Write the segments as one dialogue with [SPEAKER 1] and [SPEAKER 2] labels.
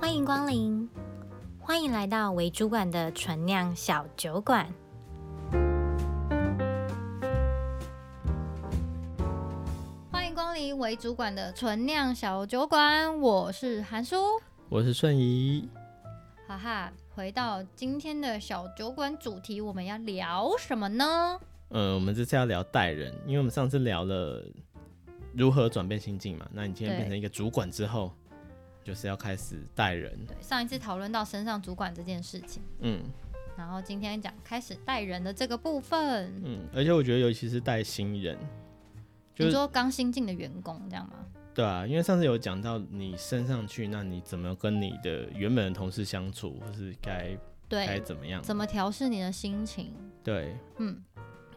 [SPEAKER 1] 欢迎光临，欢迎来到为主管的纯酿小酒馆。
[SPEAKER 2] 欢迎光临为主管的纯酿小酒馆，我是韩叔，
[SPEAKER 3] 我是顺仪。
[SPEAKER 2] 哈哈。回到今天的小酒馆主题，我们要聊什么呢？
[SPEAKER 3] 呃，我们这次要聊带人，因为我们上次聊了如何转变心境嘛。那你今天
[SPEAKER 2] 对
[SPEAKER 3] 变成一个主管之后，就是要开始带人。
[SPEAKER 2] 对，上一次讨论到身上主管这件事情，
[SPEAKER 3] 嗯
[SPEAKER 2] 然后今天讲开始带人的这个部分。
[SPEAKER 3] 嗯，而且我觉得尤其是带新人，就
[SPEAKER 2] 你
[SPEAKER 3] 是
[SPEAKER 2] 说刚新进的员工这样吗？
[SPEAKER 3] 对啊，因为上次有讲到你升上去，那你怎么跟你的原本的同事相处，或是该该
[SPEAKER 2] 对，
[SPEAKER 3] 怎么样？
[SPEAKER 2] 怎么调试你的心情？
[SPEAKER 3] 对
[SPEAKER 2] 嗯，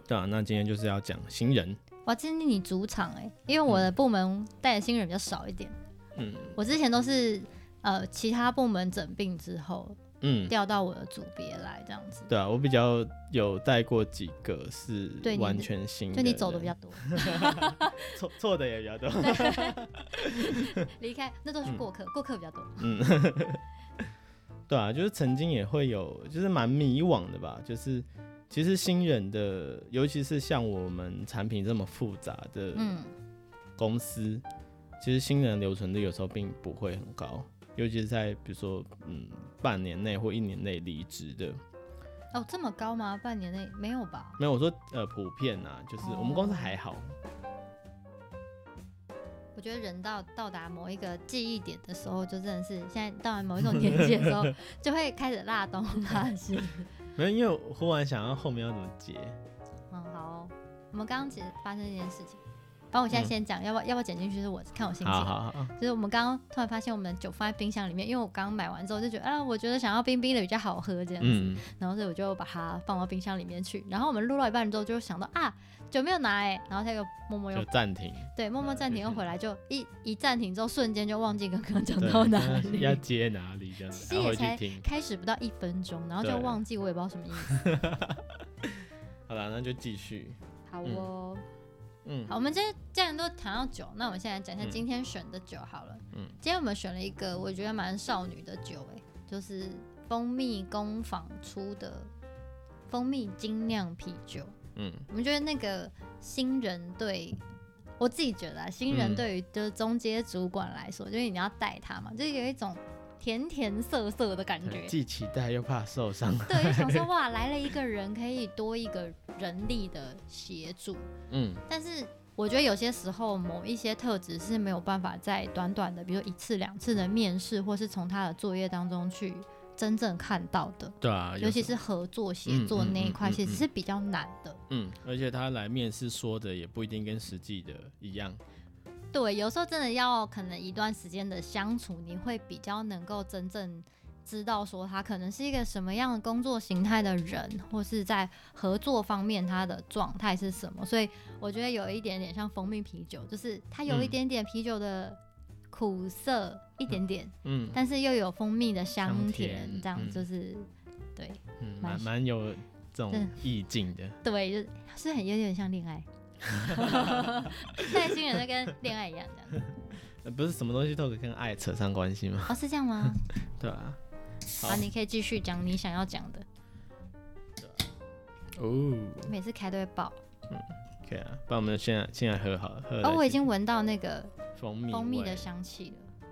[SPEAKER 3] 对啊，那今天就是要讲新人。
[SPEAKER 2] 哇，今天你主场哎、因为我的部门带的新人比较少一点，
[SPEAKER 3] 嗯
[SPEAKER 2] 我之前都是呃其他部门整病之后
[SPEAKER 3] 嗯，
[SPEAKER 2] 调到我的组别来这样子，
[SPEAKER 3] 对啊，我比较有带过几个是
[SPEAKER 2] 对你
[SPEAKER 3] 完全新人，
[SPEAKER 2] 就你走的比较多。
[SPEAKER 3] 错错的也比较多。
[SPEAKER 2] 离开，那都是过客，过客比较多。
[SPEAKER 3] 对啊，就是曾经也会有，就是蛮迷惘的吧。就是其实新人的，尤其是像我们产品这么复杂的
[SPEAKER 2] 嗯，
[SPEAKER 3] 公司，其实新人留存率有时候并不会很高，尤其是在比如说嗯半年内或一年内离职的。
[SPEAKER 2] 哦，这么高吗？半年内没有吧？
[SPEAKER 3] 没有，我说呃普遍啊，就是我们公司还
[SPEAKER 2] 哦
[SPEAKER 3] 好。
[SPEAKER 2] 我觉得人到到达某一个记忆点的时候，就真的是现在到了某一种年纪的时候，就会开始拉东拉西。
[SPEAKER 3] 没有，因为我忽然想到后面要怎么接。
[SPEAKER 2] 嗯，好哦、我们刚刚其实发生一件事情，反正我现在
[SPEAKER 3] 嗯
[SPEAKER 2] 先讲，要不要要不要剪进去？是我看我心情。
[SPEAKER 3] 好好好，
[SPEAKER 2] 就是我们刚刚突然发现我们的酒放在冰箱里面，因为我刚买完之后就觉得啊，我觉得想要冰冰的比较好喝这样子，
[SPEAKER 3] 嗯，
[SPEAKER 2] 然后所以我就把它放到冰箱里面去。然后我们录到一半之后就想到啊，酒没有拿哎、然后他又默默又
[SPEAKER 3] 就暂停。
[SPEAKER 2] 对，默默
[SPEAKER 3] 嗯
[SPEAKER 2] 暂停
[SPEAKER 3] 就
[SPEAKER 2] 又
[SPEAKER 3] 是
[SPEAKER 2] 回来，就一一暂停之后，瞬间就忘记刚刚讲
[SPEAKER 3] 对
[SPEAKER 2] 到哪
[SPEAKER 3] 就是 要
[SPEAKER 2] 里，
[SPEAKER 3] 接哪里这样子，
[SPEAKER 2] 其实
[SPEAKER 3] 然后
[SPEAKER 2] 也
[SPEAKER 3] 回去
[SPEAKER 2] 才
[SPEAKER 3] 听。
[SPEAKER 2] 开始不到一分钟，然后就
[SPEAKER 3] 对
[SPEAKER 2] 忘记，我也不知道什么意思。
[SPEAKER 3] 好了，那就继续。
[SPEAKER 2] 好
[SPEAKER 3] 嗯
[SPEAKER 2] 哦，
[SPEAKER 3] 嗯
[SPEAKER 2] 好，我们今天既然都谈到酒，那我们现在讲一下
[SPEAKER 3] 嗯
[SPEAKER 2] 今天选的酒好了。
[SPEAKER 3] 嗯
[SPEAKER 2] 今天我们选了一个我觉得蛮少女的酒、哎，就是蜂蜜工坊出的蜂蜜精酿啤酒。
[SPEAKER 3] 嗯，
[SPEAKER 2] 我们觉得那个新人对我自己觉得、啊，新人
[SPEAKER 3] 嗯
[SPEAKER 2] 对于就是中阶主管来说，就是你要带他嘛，就是有一种甜甜涩涩的感觉。
[SPEAKER 3] 既期待又怕受伤。
[SPEAKER 2] 对，就想说哇，来了一个人，可以多一个人力的协助。
[SPEAKER 3] 嗯，
[SPEAKER 2] 但是我觉得有些时候某一些特质是没有办法在短短的，比如一次两次的面试，或是从他的作业当中去真正看到的，
[SPEAKER 3] 对啊，
[SPEAKER 2] 尤其
[SPEAKER 3] 有时
[SPEAKER 2] 是合作协作
[SPEAKER 3] 嗯嗯
[SPEAKER 2] 那一块，
[SPEAKER 3] 嗯嗯
[SPEAKER 2] 其实
[SPEAKER 3] 嗯
[SPEAKER 2] 是比较难的。
[SPEAKER 3] 嗯，而且他来面试说的也不一定跟实际的一样。
[SPEAKER 2] 对，有时候真的要可能一段时间的相处，你会比较能够真正知道说他可能是一个什么样的工作形态的人，或是在合作方面他的状态是什么。所以我觉得有一点点像蜂蜜啤酒，就是它有一
[SPEAKER 3] 嗯
[SPEAKER 2] 点点啤酒的苦涩，一点点，
[SPEAKER 3] 嗯
[SPEAKER 2] 但是又有蜂蜜的香
[SPEAKER 3] 香
[SPEAKER 2] 甜，
[SPEAKER 3] 甜
[SPEAKER 2] 这样
[SPEAKER 3] 嗯
[SPEAKER 2] 就是、对
[SPEAKER 3] 嗯，
[SPEAKER 2] 蛮
[SPEAKER 3] 蛮蛮有这种
[SPEAKER 2] 嗯
[SPEAKER 3] 意境的。
[SPEAKER 2] 对，就是是很有点像恋 爱。 带新人就跟恋爱一样，这样
[SPEAKER 3] 呃不是什么东西都可以跟爱扯上关系吗？
[SPEAKER 2] 哦，是这样吗？
[SPEAKER 3] 对啊。 好
[SPEAKER 2] 好，你可以继续讲你想要讲的。
[SPEAKER 3] 哦，
[SPEAKER 2] 每次开都会爆。
[SPEAKER 3] 可以啊，不然我们现在现在喝好了，喝了
[SPEAKER 2] 哦，我已
[SPEAKER 3] 就
[SPEAKER 2] 经闻到那个
[SPEAKER 3] 蜂蜜
[SPEAKER 2] 蜂蜜
[SPEAKER 3] 味
[SPEAKER 2] 的香气了。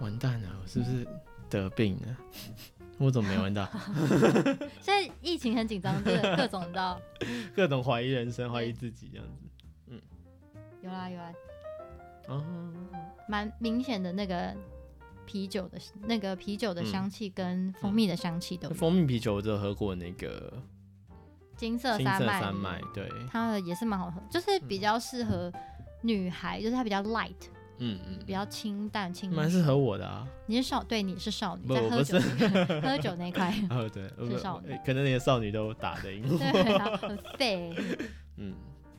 [SPEAKER 3] 完蛋了，我是不是得病了？我怎么没闻到？
[SPEAKER 2] 现在疫情很紧张，就是各种的。
[SPEAKER 3] 各种怀疑人生，怀疑自己这样子。
[SPEAKER 2] 有啦有啦，
[SPEAKER 3] 哦，
[SPEAKER 2] 蛮明显的那个啤酒的那个啤酒的香气跟蜂蜜的香气都
[SPEAKER 3] 那
[SPEAKER 2] 有。
[SPEAKER 3] 蜂蜜啤酒我只有喝过那个
[SPEAKER 2] 金色
[SPEAKER 3] 金
[SPEAKER 2] 山
[SPEAKER 3] 色
[SPEAKER 2] 脉，
[SPEAKER 3] 山脉，对，
[SPEAKER 2] 它的也是蛮好喝，就是比较适合女孩，就是它比较 light，
[SPEAKER 3] 嗯嗯，
[SPEAKER 2] 比较清淡清。
[SPEAKER 3] 蛮适合我的啊。
[SPEAKER 2] 你是少，对，你是少女，
[SPEAKER 3] 不
[SPEAKER 2] 在
[SPEAKER 3] 我
[SPEAKER 2] 喝
[SPEAKER 3] 不
[SPEAKER 2] 酒那个 喝酒那一 块。
[SPEAKER 3] 哦，对，呃不
[SPEAKER 2] 嗯少女
[SPEAKER 3] 呃可能连少女都打得赢我。
[SPEAKER 2] 对啊，很废。
[SPEAKER 3] 嗯，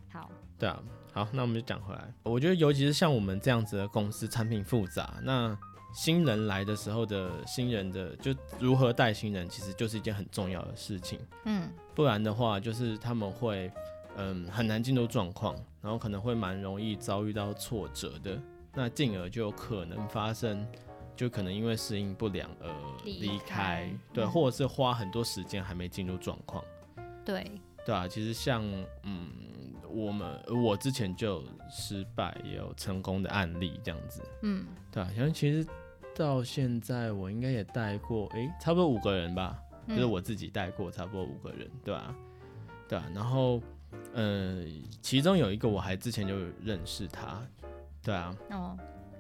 [SPEAKER 2] 好，
[SPEAKER 3] 对啊。好，那我们就讲回来。我觉得，尤其是像我们这样子的公司，产品复杂，那新人来的时候的新人的，就如何带新人，其实就是一件很重要的事情。
[SPEAKER 2] 嗯，
[SPEAKER 3] 不然的话，就是他们会嗯很难进入状况，然后可能会蛮容易遭遇到挫折的，那进而就有可能发生就可能因为适应不良而
[SPEAKER 2] 离
[SPEAKER 3] 离开
[SPEAKER 2] 开，
[SPEAKER 3] 对，
[SPEAKER 2] 嗯
[SPEAKER 3] 或者是花很多时间还没进入状况，
[SPEAKER 2] 对，
[SPEAKER 3] 对啊，其实像嗯，我们我之前就有失败也有成功的案例这样子，
[SPEAKER 2] 嗯，
[SPEAKER 3] 对啊，像其实到现在我应该也带过，诶、差不多五个人吧，
[SPEAKER 2] 嗯
[SPEAKER 3] 就是我自己带过差不多五个人，对啊？对啊，然后，呃，其中有一个我还之前就认识他，对啊，
[SPEAKER 2] 哦，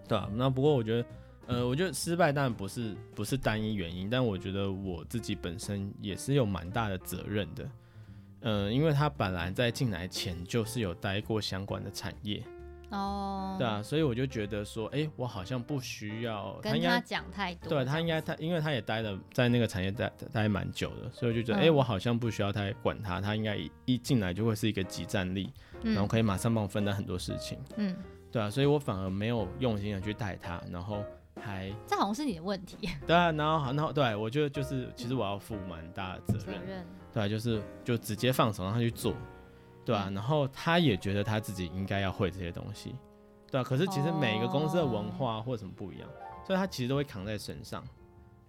[SPEAKER 3] 对啊。那不过我觉得，呃，我觉得失败当然不是不是单一原因，但我觉得我自己本身也是有蛮大的责任的，呃，因为他本来在进来前就是有待过相关的产业，
[SPEAKER 2] 哦，
[SPEAKER 3] 对啊，所以我就觉得说，诶，我好像不需要，
[SPEAKER 2] 跟
[SPEAKER 3] 应该
[SPEAKER 2] 他讲太多，
[SPEAKER 3] 对他应该他，因为他也待了在那个产业待待蛮久的，所以我就觉得，
[SPEAKER 2] 嗯
[SPEAKER 3] 哎、我好像不需要太管他，他应该一一进来就会是一个集战力，
[SPEAKER 2] 嗯，
[SPEAKER 3] 然后可以马上帮我分担很多事情，
[SPEAKER 2] 嗯，
[SPEAKER 3] 对啊，所以我反而没有用心的去带他，然后还
[SPEAKER 2] 这好像是你的问题，
[SPEAKER 3] 对啊，然后然后对我觉得就是其实我要负蛮大的责
[SPEAKER 2] 责
[SPEAKER 3] 任，
[SPEAKER 2] 任，
[SPEAKER 3] 对啊，就是就直接放手让他去做，对
[SPEAKER 2] 嗯
[SPEAKER 3] 啊，然后他也觉得他自己应该要会这些东西，对啊，可是其实每个公司的文化或什么不一样，所以他其实都会扛在身上。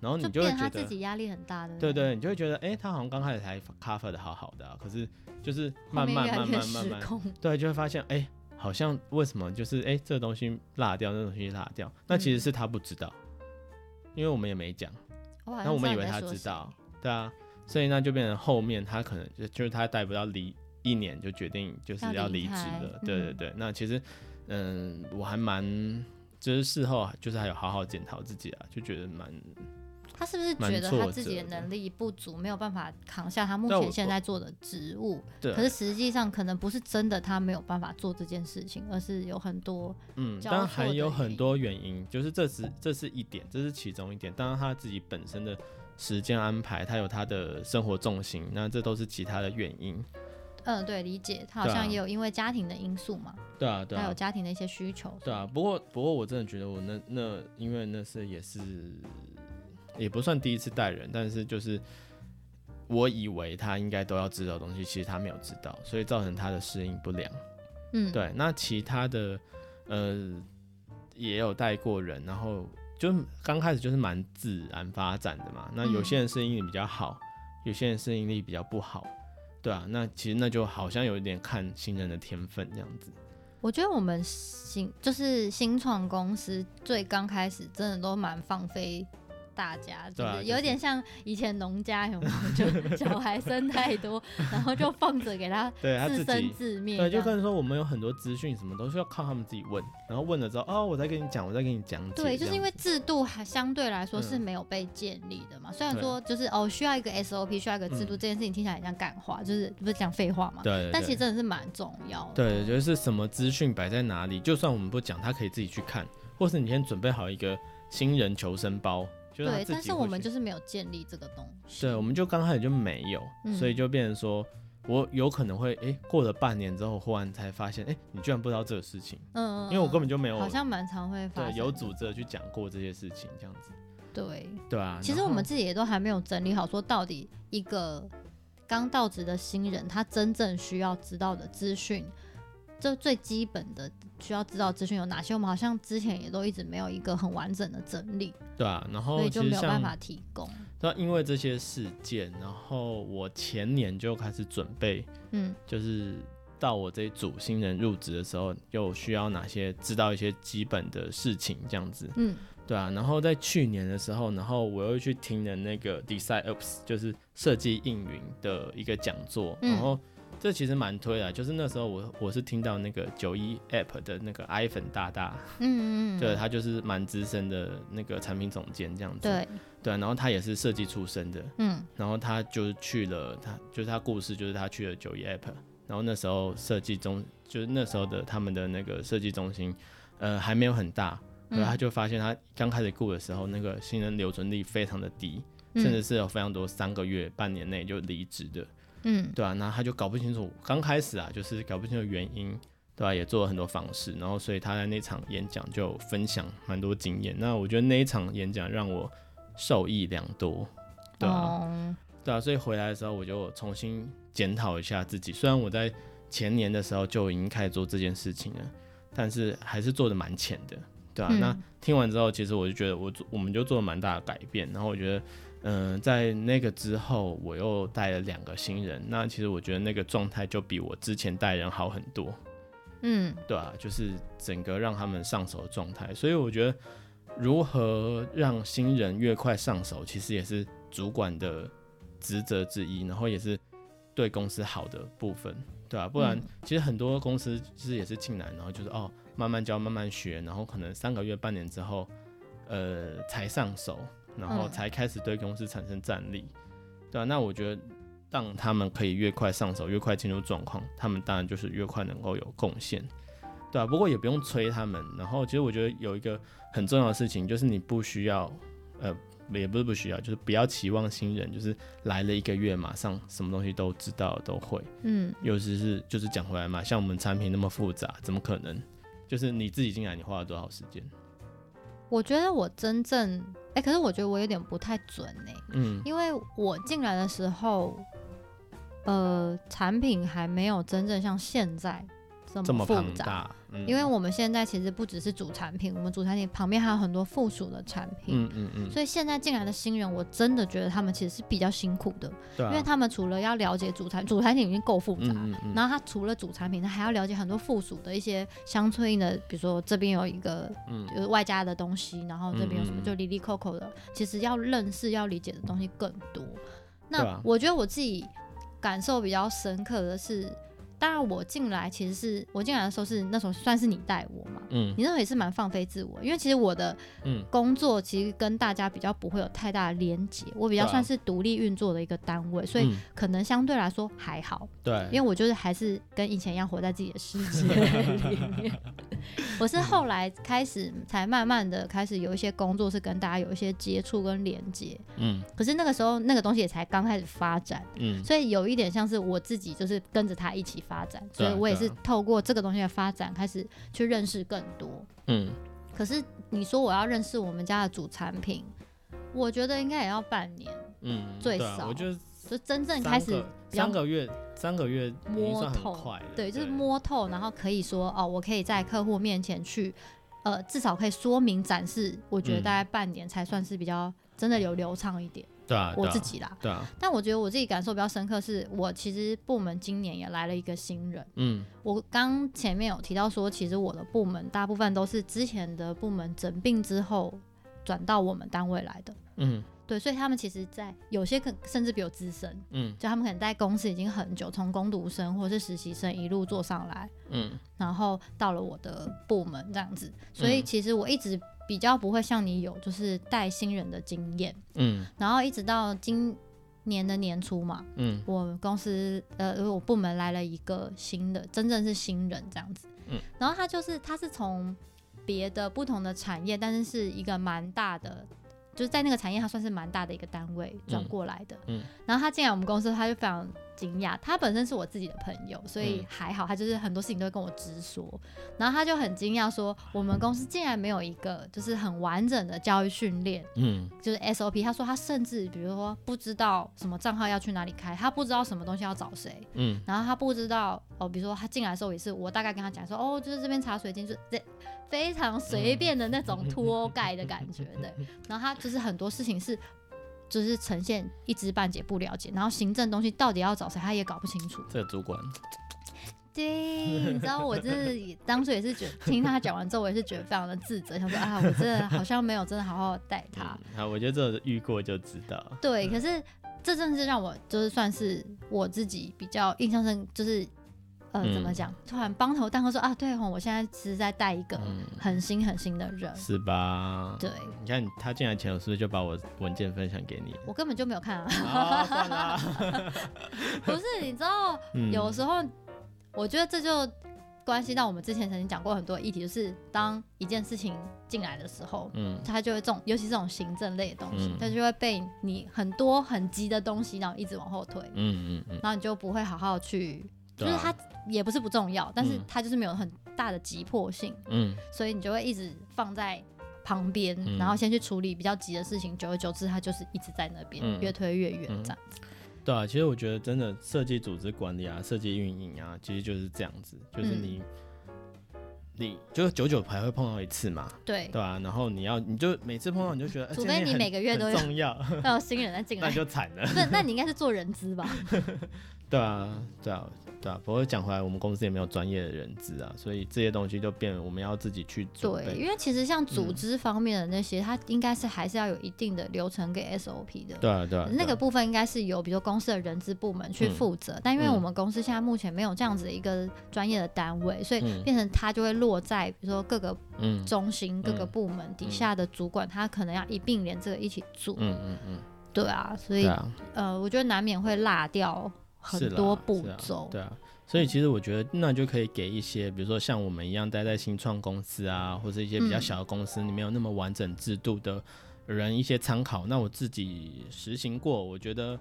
[SPEAKER 3] 然后你就会
[SPEAKER 2] 变
[SPEAKER 3] 觉
[SPEAKER 2] 他
[SPEAKER 3] 得
[SPEAKER 2] 自己压力很大的，
[SPEAKER 3] 对
[SPEAKER 2] 不对，
[SPEAKER 3] 对，你就会觉得，哎、他好像刚开始才 cover 的好好的、啊，可是就是
[SPEAKER 2] 后
[SPEAKER 3] 慢
[SPEAKER 2] 面
[SPEAKER 3] 慢
[SPEAKER 2] 越来
[SPEAKER 3] 慢
[SPEAKER 2] 越
[SPEAKER 3] 慢慢
[SPEAKER 2] 失
[SPEAKER 3] 慢，
[SPEAKER 2] 控，
[SPEAKER 3] 对，就会发现，哎、好像为什么就是哎、这个东西落掉，那东西落掉，
[SPEAKER 2] 嗯
[SPEAKER 3] 那其实是他不知道，因为我们也没讲，
[SPEAKER 2] 我好
[SPEAKER 3] 那
[SPEAKER 2] 像
[SPEAKER 3] 我们
[SPEAKER 2] 知
[SPEAKER 3] 以为
[SPEAKER 2] 道你在
[SPEAKER 3] 他
[SPEAKER 2] 说
[SPEAKER 3] 知
[SPEAKER 2] 谁，
[SPEAKER 3] 道，对啊，所以那就变成后面他可能就就是他带不到离一年就决定就是
[SPEAKER 2] 要
[SPEAKER 3] 要
[SPEAKER 2] 离
[SPEAKER 3] 离职
[SPEAKER 2] 开
[SPEAKER 3] 了，对对
[SPEAKER 2] 嗯
[SPEAKER 3] 对，那其实嗯，我还蛮就是事后啊就是还有好好检讨自己啊，就觉得蛮
[SPEAKER 2] 他是不是
[SPEAKER 3] 蛮
[SPEAKER 2] 觉得
[SPEAKER 3] 挫
[SPEAKER 2] 他自己的
[SPEAKER 3] 折的
[SPEAKER 2] 能力不足，没有办法扛下他目
[SPEAKER 3] 但
[SPEAKER 2] 前
[SPEAKER 3] 我
[SPEAKER 2] 现
[SPEAKER 3] 我
[SPEAKER 2] 在做的职务？
[SPEAKER 3] 对啊，
[SPEAKER 2] 可是实际上可能不是真的他没有办法做这件事情，而是有很多
[SPEAKER 3] 嗯，
[SPEAKER 2] 交
[SPEAKER 3] 当然
[SPEAKER 2] 错
[SPEAKER 3] 还
[SPEAKER 2] 的
[SPEAKER 3] 有
[SPEAKER 2] 原
[SPEAKER 3] 很
[SPEAKER 2] 因
[SPEAKER 3] 多原因，就是这是这是一点，这是其中一点。当然他自己本身的时间安排，他有他的生活重心，那这都是其他的原因。
[SPEAKER 2] 嗯，对，理解他好
[SPEAKER 3] 对啊
[SPEAKER 2] 像也有因为家庭的因素嘛，
[SPEAKER 3] 对啊，对
[SPEAKER 2] 还有
[SPEAKER 3] 啊，
[SPEAKER 2] 家庭的一些需求。
[SPEAKER 3] 对啊。不过不过我真的觉得我那那因为那是也是也不算第一次带人，但是就是我以为他应该都要知道的东西，其实他没有知道，所以造成他的适应不良。
[SPEAKER 2] 嗯，
[SPEAKER 3] 对，那其他的呃也有带过人，然后就刚开始就是蛮自然发展的嘛。那有些人适应力比较好，有些人适应力比较不好，对啊。那其实那就好像有一点看新人的天分这样子。
[SPEAKER 2] 我觉得我们新就是新创公司最刚开始真的都蛮放飞大家，就
[SPEAKER 3] 对啊
[SPEAKER 2] 是
[SPEAKER 3] 就
[SPEAKER 2] 有
[SPEAKER 3] 是
[SPEAKER 2] 点像以前农家有没 有？就小孩生太多，然后就放着给 他
[SPEAKER 3] 对他
[SPEAKER 2] 自
[SPEAKER 3] 自
[SPEAKER 2] 生
[SPEAKER 3] 己。
[SPEAKER 2] 自灭这
[SPEAKER 3] 对，
[SPEAKER 2] 样。
[SPEAKER 3] 就跟说我们有很多资讯，什么都是要靠他们自己问，然后问了之后，哦，我再跟你讲，我再跟你讲解。
[SPEAKER 2] 对，就是因
[SPEAKER 3] 为
[SPEAKER 2] 为制度还相对来说是
[SPEAKER 3] 嗯
[SPEAKER 2] 没有被建立的嘛。虽然
[SPEAKER 3] 对
[SPEAKER 2] 说就是哦，需要一个 SOP，需要一个制度，
[SPEAKER 3] 嗯
[SPEAKER 2] 这件事情听起来很像干话，就是不是讲废话嘛。
[SPEAKER 3] 对对
[SPEAKER 2] 但其实
[SPEAKER 3] 对
[SPEAKER 2] 真的是蛮重要的。
[SPEAKER 3] 对，就是什么资讯摆在哪里，就算我们不讲，他可以自己去看，或是你先准备好一个新人求生包，就是他
[SPEAKER 2] 对，
[SPEAKER 3] 自己
[SPEAKER 2] 但是
[SPEAKER 3] 会
[SPEAKER 2] 我们
[SPEAKER 3] 去
[SPEAKER 2] 就是没有建立这个东西。
[SPEAKER 3] 对，我们就刚开始就没有，
[SPEAKER 2] 嗯
[SPEAKER 3] 所以就变成说我有可能会诶，过了半年之后，忽然才发现诶，你居然不知道这个事情，
[SPEAKER 2] 嗯，嗯，
[SPEAKER 3] 因为我根
[SPEAKER 2] 嗯
[SPEAKER 3] 本就没有
[SPEAKER 2] 好像蛮常会发
[SPEAKER 3] 对
[SPEAKER 2] 生。
[SPEAKER 3] 有组织的去讲过这些事情，这样子，
[SPEAKER 2] 对，
[SPEAKER 3] 对啊。
[SPEAKER 2] 其实
[SPEAKER 3] 然
[SPEAKER 2] 我
[SPEAKER 3] 后
[SPEAKER 2] 们自己也都还没有整理好，说到底一个刚到职的新人，他真正需要知道的资讯，这最基本的需要知道的资讯有哪些？我们好像之前也都一直没有一个很完整的整理，
[SPEAKER 3] 对啊，然
[SPEAKER 2] 所
[SPEAKER 3] 后
[SPEAKER 2] 以就
[SPEAKER 3] 其实
[SPEAKER 2] 没有办
[SPEAKER 3] 像
[SPEAKER 2] 法提供。
[SPEAKER 3] 对啊因为这些事件，然后我前年就开始准备，
[SPEAKER 2] 嗯
[SPEAKER 3] 就是到我这一组新人入职的时候，又需要哪些知道一些基本的事情，这样子。
[SPEAKER 2] 嗯，
[SPEAKER 3] 对啊，然后在去年的时候，然后我又去听了那个 Design Ups，就是设计应云的一个讲座，
[SPEAKER 2] 嗯
[SPEAKER 3] 然后这其实蛮推的啊，就是那时候我我是听到那个九一 App 的那个 iPhone 大大，
[SPEAKER 2] 嗯嗯嗯，
[SPEAKER 3] 对他就是蛮资深的那个产品总监这样子，
[SPEAKER 2] 对，
[SPEAKER 3] 对啊，然后他也是设计出身的，
[SPEAKER 2] 嗯
[SPEAKER 3] 然后他就是去了，他就是他故事就是他去了九一 App，然后那时候设计中就是那时候的他们的那个设计中心，呃还没有很大，然后他就发现他刚开始雇的时候，那个新人留存率非常的低，甚至是有非常多三个月、半年内就离职的，
[SPEAKER 2] 嗯
[SPEAKER 3] 对啊，那他就搞不清楚，刚开始啊就是搞不清楚原因，对啊，也做了很多方式，然后所以他在那场演讲就分享蛮多经验，那我觉得那一场演讲让我受益良多，对啊。
[SPEAKER 2] 哦
[SPEAKER 3] 对啊，所以回来的时候我就重新检讨一下自己。虽然我在前年的时候就已经开始做这件事情了，但是还是做的蛮浅的。对啊，
[SPEAKER 2] 嗯
[SPEAKER 3] 那听完之后，其实我就觉得我做我们就做了蛮大的改变，然后我觉得，嗯、在那个之后，我又带了两个新人，那其实我觉得那个状态就比我之前带人好很多，
[SPEAKER 2] 嗯
[SPEAKER 3] 对啊，就是整个让他们上手的状态，所以我觉得如何让新人越快上手，其实也是主管的职责之一，然后也是对公司好的部分，对啊，不然
[SPEAKER 2] 嗯
[SPEAKER 3] 其实很多公司其实也是进来，然后就是哦慢慢教慢慢学，然后可能三个月半年之后，呃才上手，然后
[SPEAKER 2] 嗯
[SPEAKER 3] 才开始对公司产生战力，对啊，那我觉得。让他们可以越快上手，越快进入状况，他们当然就是越快能够有贡献。对啊，不过也不用催他们。然后，其实我觉得有一个很重要的事情，就是你不需要，呃，也不是不需要，就是不要期望新人就是来了一个月马上什么东西都知道都会。
[SPEAKER 2] 嗯
[SPEAKER 3] 尤其是就是讲回来嘛，像我们产品那么复杂，怎么可能？就是你自己进来，你花了多少时间？
[SPEAKER 2] 我觉得我真正哎、可是我觉得我有点不太准哎、
[SPEAKER 3] 嗯
[SPEAKER 2] 因为我进来的时候，呃，产品还没有真正像现在这
[SPEAKER 3] 这么
[SPEAKER 2] 复
[SPEAKER 3] 庞
[SPEAKER 2] 杂。
[SPEAKER 3] 大，嗯
[SPEAKER 2] 因为我们现在其实不只是主产品，我们主产品旁边还有很多附属的产品，
[SPEAKER 3] 嗯嗯嗯，
[SPEAKER 2] 所以现在进来的新人，我真的觉得他们其实是比较辛苦的，
[SPEAKER 3] 对
[SPEAKER 2] 因
[SPEAKER 3] 啊，
[SPEAKER 2] 为他们除了要了解主产主产品已经够复杂，
[SPEAKER 3] 嗯嗯嗯，
[SPEAKER 2] 然后他除了主产品，他还要了解很多附属的一些相对应的，比如说这边有一个
[SPEAKER 3] 嗯
[SPEAKER 2] 就是外加的东西，然后这边有什么
[SPEAKER 3] 嗯嗯嗯
[SPEAKER 2] 就里里扣扣的，其实要认识要理解的东西更多。
[SPEAKER 3] 对
[SPEAKER 2] 那
[SPEAKER 3] 啊
[SPEAKER 2] 我觉得我自己感受比较深刻的是，当然我进来其实是我进来的时候是那时候算是你带我嘛，
[SPEAKER 3] 嗯
[SPEAKER 2] 你那时候也是蛮放飞自我，因为其实我的
[SPEAKER 3] 嗯
[SPEAKER 2] 工作其实跟大家比较不会有太大的连结，我比较
[SPEAKER 3] 对啊
[SPEAKER 2] 算是独立运作的一个单位，所以
[SPEAKER 3] 嗯
[SPEAKER 2] 可能相对来说还好。
[SPEAKER 3] 对，啊嗯
[SPEAKER 2] 因为我就是还是跟以前一样活在自己的世界里面。 我是后来开始才慢慢的开始有一些工作是跟大家有一些接触跟连接，
[SPEAKER 3] 嗯
[SPEAKER 2] 可是那个时候那个东西也才刚开始发展，
[SPEAKER 3] 嗯
[SPEAKER 2] 所以有一点像是我自己就是跟着它一起发展，所以
[SPEAKER 3] 啊
[SPEAKER 2] 我也是透过这个东西的发展开始去认识更多。
[SPEAKER 3] 嗯，
[SPEAKER 2] 可是你说我要认识我们家的主产品，我觉得应该也要半年，
[SPEAKER 3] 嗯，
[SPEAKER 2] 最
[SPEAKER 3] 对啊
[SPEAKER 2] 少
[SPEAKER 3] 我觉得
[SPEAKER 2] 就真正
[SPEAKER 3] 三
[SPEAKER 2] 开始
[SPEAKER 3] 个
[SPEAKER 2] 比较
[SPEAKER 3] 三个月，三个月已经
[SPEAKER 2] 摸
[SPEAKER 3] 算很
[SPEAKER 2] 透
[SPEAKER 3] 快了，
[SPEAKER 2] 对，就是摸透，然后可以说哦，我可以在客户面前去，呃，至少可以说明展示。我觉得
[SPEAKER 3] 嗯
[SPEAKER 2] 大概半年才算是比较真的有流畅一点，
[SPEAKER 3] 对啊，
[SPEAKER 2] 我
[SPEAKER 3] 对啊
[SPEAKER 2] 自己啦。
[SPEAKER 3] 对啊，
[SPEAKER 2] 但我觉得我自己感受比较深刻是，我其实部门今年也来了一个新人。
[SPEAKER 3] 嗯
[SPEAKER 2] 我刚前面有提到说，其实我的部门大部分都是之前的部门整并之后转到我们单位来的，
[SPEAKER 3] 嗯
[SPEAKER 2] 对，所以他们其实在有些可甚至比我资深，
[SPEAKER 3] 嗯
[SPEAKER 2] 就他们可能在公司已经很久，从工读生或是实习生一路做上来，
[SPEAKER 3] 嗯
[SPEAKER 2] 然后到了我的部门这样子，所以
[SPEAKER 3] 嗯
[SPEAKER 2] 其实我一直比较不会像你有就是带新人的经验，
[SPEAKER 3] 嗯
[SPEAKER 2] 然后一直到今年的年初嘛，
[SPEAKER 3] 嗯
[SPEAKER 2] 我们公司呃我部门来了一个新的，真正是新人这样子，
[SPEAKER 3] 嗯，
[SPEAKER 2] 然后他就是他是从别的不同的产业，但是是一个蛮大的。就是在那个产业，他算是蛮大的一个单位转
[SPEAKER 3] 嗯
[SPEAKER 2] 过来的。
[SPEAKER 3] 嗯
[SPEAKER 2] 然后他进来我们公司，他就非常惊讶。他本身是我自己的朋友，所以
[SPEAKER 3] 嗯
[SPEAKER 2] 还好，他就是很多事情都会跟我直说。然后他就很惊讶说，我们公司竟然没有一个就是很完整的教育训练，
[SPEAKER 3] 嗯
[SPEAKER 2] 就是 SOP。他说他甚至比如说不知道什么账号要去哪里开，他不知道什么东西要找谁，
[SPEAKER 3] 嗯
[SPEAKER 2] 然后他不知道哦，比如说他进来的时候也是我大概跟他讲说，哦，就是这边茶水间就是 这非常随便的那种拖盖的感觉，对。然后他就是很多事情是就是呈现一知半解不了解，然后行政东西到底要找谁他也搞不清楚。
[SPEAKER 3] 这个主管，
[SPEAKER 2] 对，你知道我真的也当初也是觉得听他讲完之后，我也是觉得非常的自责，想说啊，我真的好像没有真的好好带他。
[SPEAKER 3] 嗯好，我觉得这个遇过就知道，
[SPEAKER 2] 对，可是这真的是让我就是算是我自己比较印象深，就是呃
[SPEAKER 3] 嗯
[SPEAKER 2] 怎么讲，突然帮头大喝说啊，对吼，我现在是在带一个
[SPEAKER 3] 嗯，
[SPEAKER 2] 很新很新的人，
[SPEAKER 3] 是吧？
[SPEAKER 2] 对
[SPEAKER 3] 你看他进来前，我是不是就把我文件分享给 你？
[SPEAKER 2] 我根本就没有看 啊，
[SPEAKER 3] 好，算啦。
[SPEAKER 2] 不是你知道，
[SPEAKER 3] 嗯
[SPEAKER 2] 有时候我觉得这就关系到我们之前曾经讲过很多议题，就是当一件事情进来的时候。
[SPEAKER 3] 嗯
[SPEAKER 2] 它就会这种，尤其这种行政类的东西
[SPEAKER 3] 嗯，
[SPEAKER 2] 它就会被你很多很急的东西，然后一直往后推，
[SPEAKER 3] 嗯嗯嗯，
[SPEAKER 2] 然后你就不会好好去就
[SPEAKER 3] 对
[SPEAKER 2] 是
[SPEAKER 3] 啊
[SPEAKER 2] 它也不是不重要，但是
[SPEAKER 3] 嗯
[SPEAKER 2] 它就是没有很大的急迫性，
[SPEAKER 3] 嗯
[SPEAKER 2] 所以你就会一直放在旁边，
[SPEAKER 3] 嗯
[SPEAKER 2] 然后先去处理比较急的事情，久而久之，它就是一直在那边、
[SPEAKER 3] 嗯
[SPEAKER 2] 越推越远
[SPEAKER 3] 嗯
[SPEAKER 2] 这样。
[SPEAKER 3] 对啊，其实我觉得真的设计组织管理啊，设计运营啊，其实就是这样子，就是
[SPEAKER 2] 嗯
[SPEAKER 3] 你、你就久久还会碰到一次嘛，
[SPEAKER 2] 对，
[SPEAKER 3] 对吧、啊然后你要你就每次碰到你就觉得，哎
[SPEAKER 2] 除
[SPEAKER 3] 这
[SPEAKER 2] 非
[SPEAKER 3] 件
[SPEAKER 2] 你
[SPEAKER 3] 很
[SPEAKER 2] 每个月
[SPEAKER 3] 很
[SPEAKER 2] 都有
[SPEAKER 3] 重要，
[SPEAKER 2] 要有新人再进
[SPEAKER 3] 那
[SPEAKER 2] 来
[SPEAKER 3] 你。就惨了。
[SPEAKER 2] 那那你应该是做人资吧？
[SPEAKER 3] 对啊，对啊，对啊。不过讲回来，我们公司也没有专业的人资啊，所以这些东西就变我们要自己去准
[SPEAKER 2] 对，
[SPEAKER 3] 备。
[SPEAKER 2] 因为其实像
[SPEAKER 3] 嗯
[SPEAKER 2] 组织方面的那些，它应该是还是要有一定的流程跟 SOP 的。
[SPEAKER 3] 对啊，对啊，
[SPEAKER 2] 那个
[SPEAKER 3] 对啊嗯
[SPEAKER 2] 部分应该是由比如说公司的人资部门去负责，但因为我们公司现在目前没有这样子的一个专业的单位，所以
[SPEAKER 3] 嗯
[SPEAKER 2] 变成它就会落在比如说各个
[SPEAKER 3] 嗯
[SPEAKER 2] 中心、各个
[SPEAKER 3] 嗯
[SPEAKER 2] 部门底下的主管，他可能要一并连这个一起做。
[SPEAKER 3] 嗯嗯嗯，
[SPEAKER 2] 对啊，所以、
[SPEAKER 3] 对啊，
[SPEAKER 2] 呃，我觉得难免会落掉
[SPEAKER 3] 是
[SPEAKER 2] 很
[SPEAKER 3] 啦
[SPEAKER 2] 多步
[SPEAKER 3] 是啊
[SPEAKER 2] 骤。嗯
[SPEAKER 3] 对啊。所以其实我觉得，那就可以给一些，比如说像我们一样待在新创公司啊，或者一些比较
[SPEAKER 2] 嗯
[SPEAKER 3] 小的公司，你没有那么完整制度的人一些参考。那我自己实行过，我觉得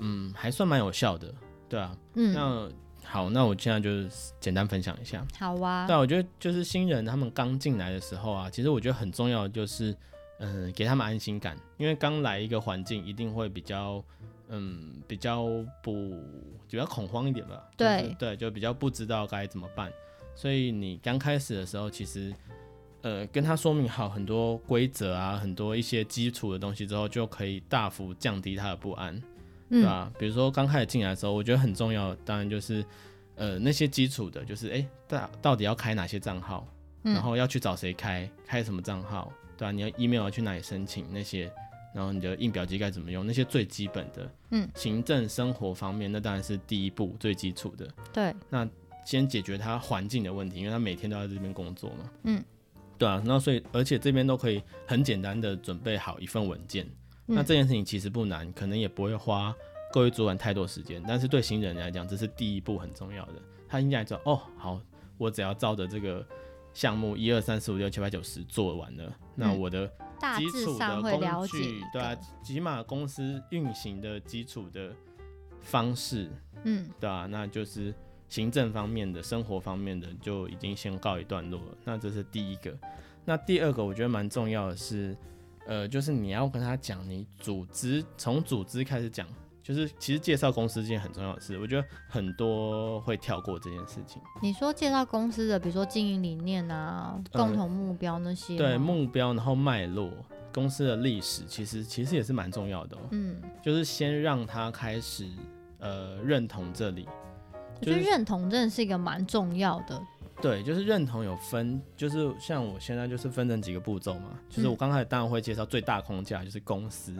[SPEAKER 3] 嗯还算蛮有效的，对啊。
[SPEAKER 2] 嗯，
[SPEAKER 3] 那好，那我现在就是简单分享一下。
[SPEAKER 2] 好啊
[SPEAKER 3] 对，啊，我觉得就是新人他们刚进来的时候啊，其实我觉得很重要的就是，嗯、给他们安心感，因为刚来一个环境一定会比较，嗯，比较不比较恐慌一点吧，就是
[SPEAKER 2] 对
[SPEAKER 3] 对，就比较不知道该怎么办，所以你刚开始的时候，其实，呃，跟他说明好很多规则啊，很多一些基础的东西之后，就可以大幅降低他的不安。对
[SPEAKER 2] 嗯，
[SPEAKER 3] 啊，比如说刚开始进来的时候，我觉得很重要，当然就是呃那些基础的，就是哎，大到底要开哪些账号，
[SPEAKER 2] 嗯
[SPEAKER 3] 然后要去找谁开，开什么账号，对啊，你要 email 要去哪里申请那些，然后你的印表机该怎么用，那些最基本的，
[SPEAKER 2] 嗯，
[SPEAKER 3] 行政生活方面，那当然是第一步最基础的，
[SPEAKER 2] 对，
[SPEAKER 3] 先解决他环境的问题，因为他每天都在这边工作嘛。
[SPEAKER 2] 嗯，
[SPEAKER 3] 对啊，那所以而且这边都可以很简单的准备好一份文件，
[SPEAKER 2] 嗯
[SPEAKER 3] 那这件事情其实不难，可能也不会花各位主管太多时间，但是对新人来讲，这是第一步很重要的。他应该知道哦，好，我只要照着这个项目一二三四五六七八九十做完了，那
[SPEAKER 2] 嗯
[SPEAKER 3] 我的
[SPEAKER 2] 大
[SPEAKER 3] 基
[SPEAKER 2] 致
[SPEAKER 3] 础的
[SPEAKER 2] 上会了
[SPEAKER 3] 工
[SPEAKER 2] 解
[SPEAKER 3] 具
[SPEAKER 2] 一，
[SPEAKER 3] 对啊
[SPEAKER 2] 个，
[SPEAKER 3] 起码公司运行的基础的方式，
[SPEAKER 2] 嗯，
[SPEAKER 3] 对啊，那就是行政方面的、生活方面的就已经先告一段落了。那这是第一个。那第二个我觉得蛮重要的是，呃，就是你要跟他讲你组织，从组织开始讲，就是其实介绍公司这件很重要的事，我觉得很多会跳过这件事情。
[SPEAKER 2] 你说介绍公司的，比如说经营理念啊、
[SPEAKER 3] 呃
[SPEAKER 2] 共同目标那些吗，
[SPEAKER 3] 对目标，然后脉络，公司的历史，其实其实也是蛮重要的哦。
[SPEAKER 2] 嗯，
[SPEAKER 3] 就是先让他开始呃认同这里，
[SPEAKER 2] 我觉得
[SPEAKER 3] 就是
[SPEAKER 2] 认同真的是一个蛮重要的，
[SPEAKER 3] 对，就是认同有分，就是像我现在就是分成几个步骤嘛，就是我刚开始当然会介绍最大框架，就是公司，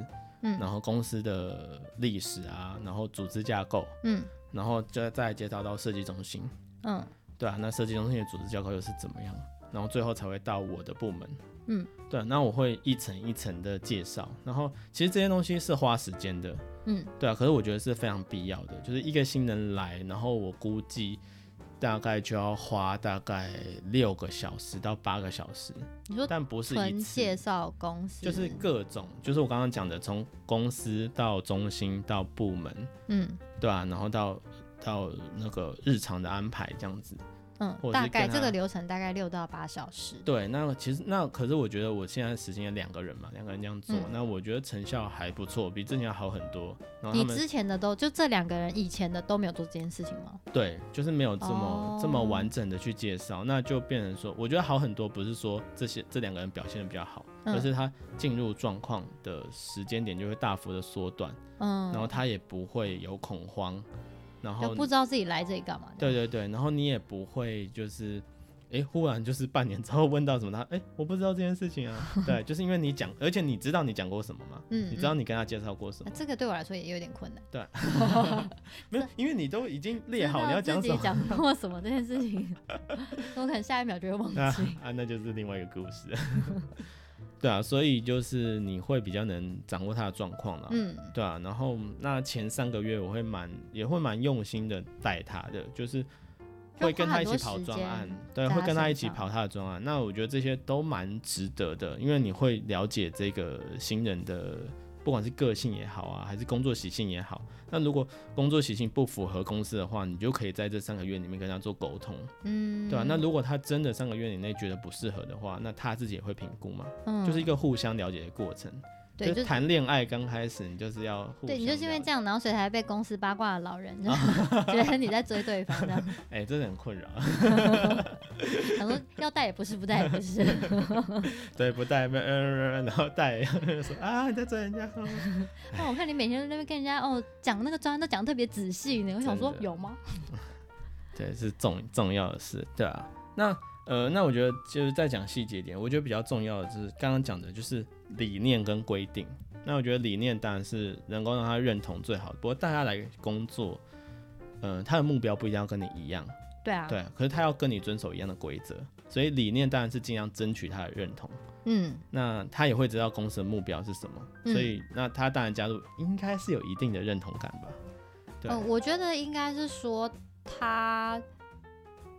[SPEAKER 2] 嗯
[SPEAKER 3] 然后公司的历史啊，然后组织架构，
[SPEAKER 2] 嗯
[SPEAKER 3] 然后就再介绍到设计中心，
[SPEAKER 2] 嗯
[SPEAKER 3] 对啊，那设计中心的组织架构又是怎么样，然后最后才会到我的部门，
[SPEAKER 2] 嗯，
[SPEAKER 3] 对啊，那我会一层一层的介绍，然后其实这些东西是花时间的，
[SPEAKER 2] 嗯，
[SPEAKER 3] 对啊，可是我觉得是非常必要的，就是一个新人来，然后我估计大概就要花大概六个小时到八个小时，
[SPEAKER 2] 你说
[SPEAKER 3] 但不是一
[SPEAKER 2] 纯介
[SPEAKER 3] 次，
[SPEAKER 2] 绍公司，
[SPEAKER 3] 就是各种，就是我刚刚讲的，从公司到中心到部门，
[SPEAKER 2] 嗯
[SPEAKER 3] 对啊，然后到到那个日常的安排这样子。
[SPEAKER 2] 嗯，
[SPEAKER 3] 或者是
[SPEAKER 2] 大概
[SPEAKER 3] 跟他
[SPEAKER 2] 这个流程大概六到八小时，
[SPEAKER 3] 对，那其实那可是我觉得我现在实行了两个人嘛，两个人这样做，
[SPEAKER 2] 嗯
[SPEAKER 3] 那我觉得成效还不错，比之前好很多。然后
[SPEAKER 2] 你
[SPEAKER 3] 啊他们
[SPEAKER 2] 之前的都就这两个人以前的都没有做这件事情吗？
[SPEAKER 3] 对，就是没有这么、
[SPEAKER 2] 哦
[SPEAKER 3] 这么完整的去介绍，那就变成说，我觉得好很多，不是说这些这两个人表现的比较好，
[SPEAKER 2] 嗯
[SPEAKER 3] 而是他进入状况的时间点就会大幅的缩短，
[SPEAKER 2] 嗯，
[SPEAKER 3] 然后他也不会有恐慌，然
[SPEAKER 2] 就
[SPEAKER 3] 后
[SPEAKER 2] 不知道自己来这里干嘛，
[SPEAKER 3] 对，对对，然后你也不会就是。诶，忽然就是半年之后问到什么他，诶，我不知道这件事情啊。对，就是因为你讲，而且你知道你讲过什么吗？
[SPEAKER 2] 嗯，
[SPEAKER 3] 你知道
[SPEAKER 2] 嗯。
[SPEAKER 3] 你跟他介绍过什么
[SPEAKER 2] 那？这个对我来说也有点困难，
[SPEAKER 3] 没有，因为你都已经列好
[SPEAKER 2] 知道
[SPEAKER 3] 你要讲
[SPEAKER 2] 自
[SPEAKER 3] 什
[SPEAKER 2] 己
[SPEAKER 3] 么。
[SPEAKER 2] 讲过什么这件事情， 我可能下一秒就会忘
[SPEAKER 3] 那
[SPEAKER 2] 记。
[SPEAKER 3] 啊，那就是另外一个 故事。对啊，所以就是你会比较能掌握他的状况啦。
[SPEAKER 2] 嗯
[SPEAKER 3] 对啊，然后那前三个月我会蛮也会蛮用心的带他的，就是
[SPEAKER 2] 就
[SPEAKER 3] 会跟
[SPEAKER 2] 花
[SPEAKER 3] 他
[SPEAKER 2] 很
[SPEAKER 3] 一起
[SPEAKER 2] 多
[SPEAKER 3] 跑
[SPEAKER 2] 时
[SPEAKER 3] 专
[SPEAKER 2] 间
[SPEAKER 3] 案，对，
[SPEAKER 2] 在
[SPEAKER 3] 会
[SPEAKER 2] 他
[SPEAKER 3] 跟他
[SPEAKER 2] 身
[SPEAKER 3] 一起
[SPEAKER 2] 上
[SPEAKER 3] 跑他的专案。那我觉得这些都蛮值得的，因为你会了解这个新人的，不管是个性也好啊，还是工作习性也好。那如果工作习性不符合公司的话，你就可以在这三个月里面跟他做沟通。
[SPEAKER 2] 嗯，
[SPEAKER 3] 对啊，那如果他真的三个月以内觉得不适合的话，那他自己也会评估嘛，
[SPEAKER 2] 嗯
[SPEAKER 3] 就是一个互相了解的过程。
[SPEAKER 2] 对，
[SPEAKER 3] 就
[SPEAKER 2] 就是
[SPEAKER 3] 谈恋爱刚开始，你就是要互
[SPEAKER 2] 对你就是因为
[SPEAKER 3] 相了
[SPEAKER 2] 这样，然后所以才被公司八卦的老 人就是觉得你在追对方这样，
[SPEAKER 3] 解，哎、真的很困扰。
[SPEAKER 2] 想说要带也不是，不带也不 是。
[SPEAKER 3] 对，不带，没呃然后带说啊，你在追人家，
[SPEAKER 2] 那我看你每天在那边跟人家哦讲那个专案都讲得特别仔细呢，我想说
[SPEAKER 3] 真的
[SPEAKER 2] 有吗？
[SPEAKER 3] 对，是重重要的事，对啊。那呃，那我觉得就是再讲细节一点，我觉得比较重要的就是刚刚讲的，就是理念跟规定。那我觉得理念当然是能够让他认同最好的，不过大家来工作，嗯、他的目标不一定要跟你一样，
[SPEAKER 2] 对啊，
[SPEAKER 3] 对啊，可是他要跟你遵守一样的规则，所以理念当然是尽量争取他的认同。
[SPEAKER 2] 嗯，
[SPEAKER 3] 那他也会知道公司的目标是什么，
[SPEAKER 2] 嗯
[SPEAKER 3] 所以那他当然加入应该是有一定的认同感吧？对，
[SPEAKER 2] 呃，我觉得应该是说他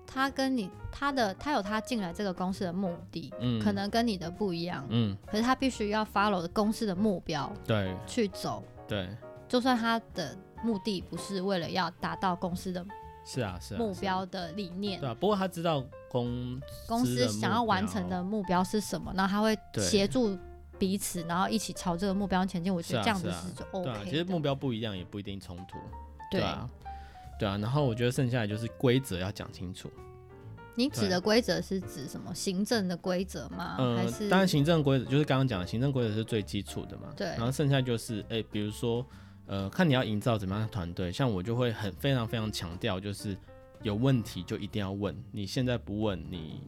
[SPEAKER 2] 他跟你他的他有他进来这个公司的目的，
[SPEAKER 3] 嗯
[SPEAKER 2] 可，能跟你的不一样，
[SPEAKER 3] 嗯，
[SPEAKER 2] 可是他必须要 follow 公司的目标
[SPEAKER 3] 对
[SPEAKER 2] 去走，
[SPEAKER 3] 对，
[SPEAKER 2] 就算他的目的不是为了要达到公司的
[SPEAKER 3] 是啊是啊，
[SPEAKER 2] 目
[SPEAKER 3] 是啊
[SPEAKER 2] 标的理念，
[SPEAKER 3] 对啊，不过他知道公
[SPEAKER 2] 公
[SPEAKER 3] 司的
[SPEAKER 2] 司
[SPEAKER 3] 目
[SPEAKER 2] 想要完成
[SPEAKER 3] 标
[SPEAKER 2] 的目标是什么，然后他会
[SPEAKER 3] 对
[SPEAKER 2] 协助彼此，然后一起朝这个目标前进。我觉
[SPEAKER 3] 是啊
[SPEAKER 2] 得这样子
[SPEAKER 3] 是啊
[SPEAKER 2] 是就
[SPEAKER 3] 对
[SPEAKER 2] OK
[SPEAKER 3] 啊
[SPEAKER 2] 的。，
[SPEAKER 3] 其实目标不一样也不一定冲突，
[SPEAKER 2] 对
[SPEAKER 3] 啊，对啊，然后我觉得剩下来就是规则要讲清楚，
[SPEAKER 2] 你指
[SPEAKER 3] 对啊
[SPEAKER 2] 的规则是指什么？行政的规则吗？
[SPEAKER 3] 嗯、
[SPEAKER 2] 还是
[SPEAKER 3] 当然行政规则就是刚刚讲的行政规则是最基础的嘛，
[SPEAKER 2] 对
[SPEAKER 3] 然后剩下就是哎、比如说呃，看你要营造怎么样的团队，像我就会很非常非常强调，就是有问题就一定要问，你现在不问你。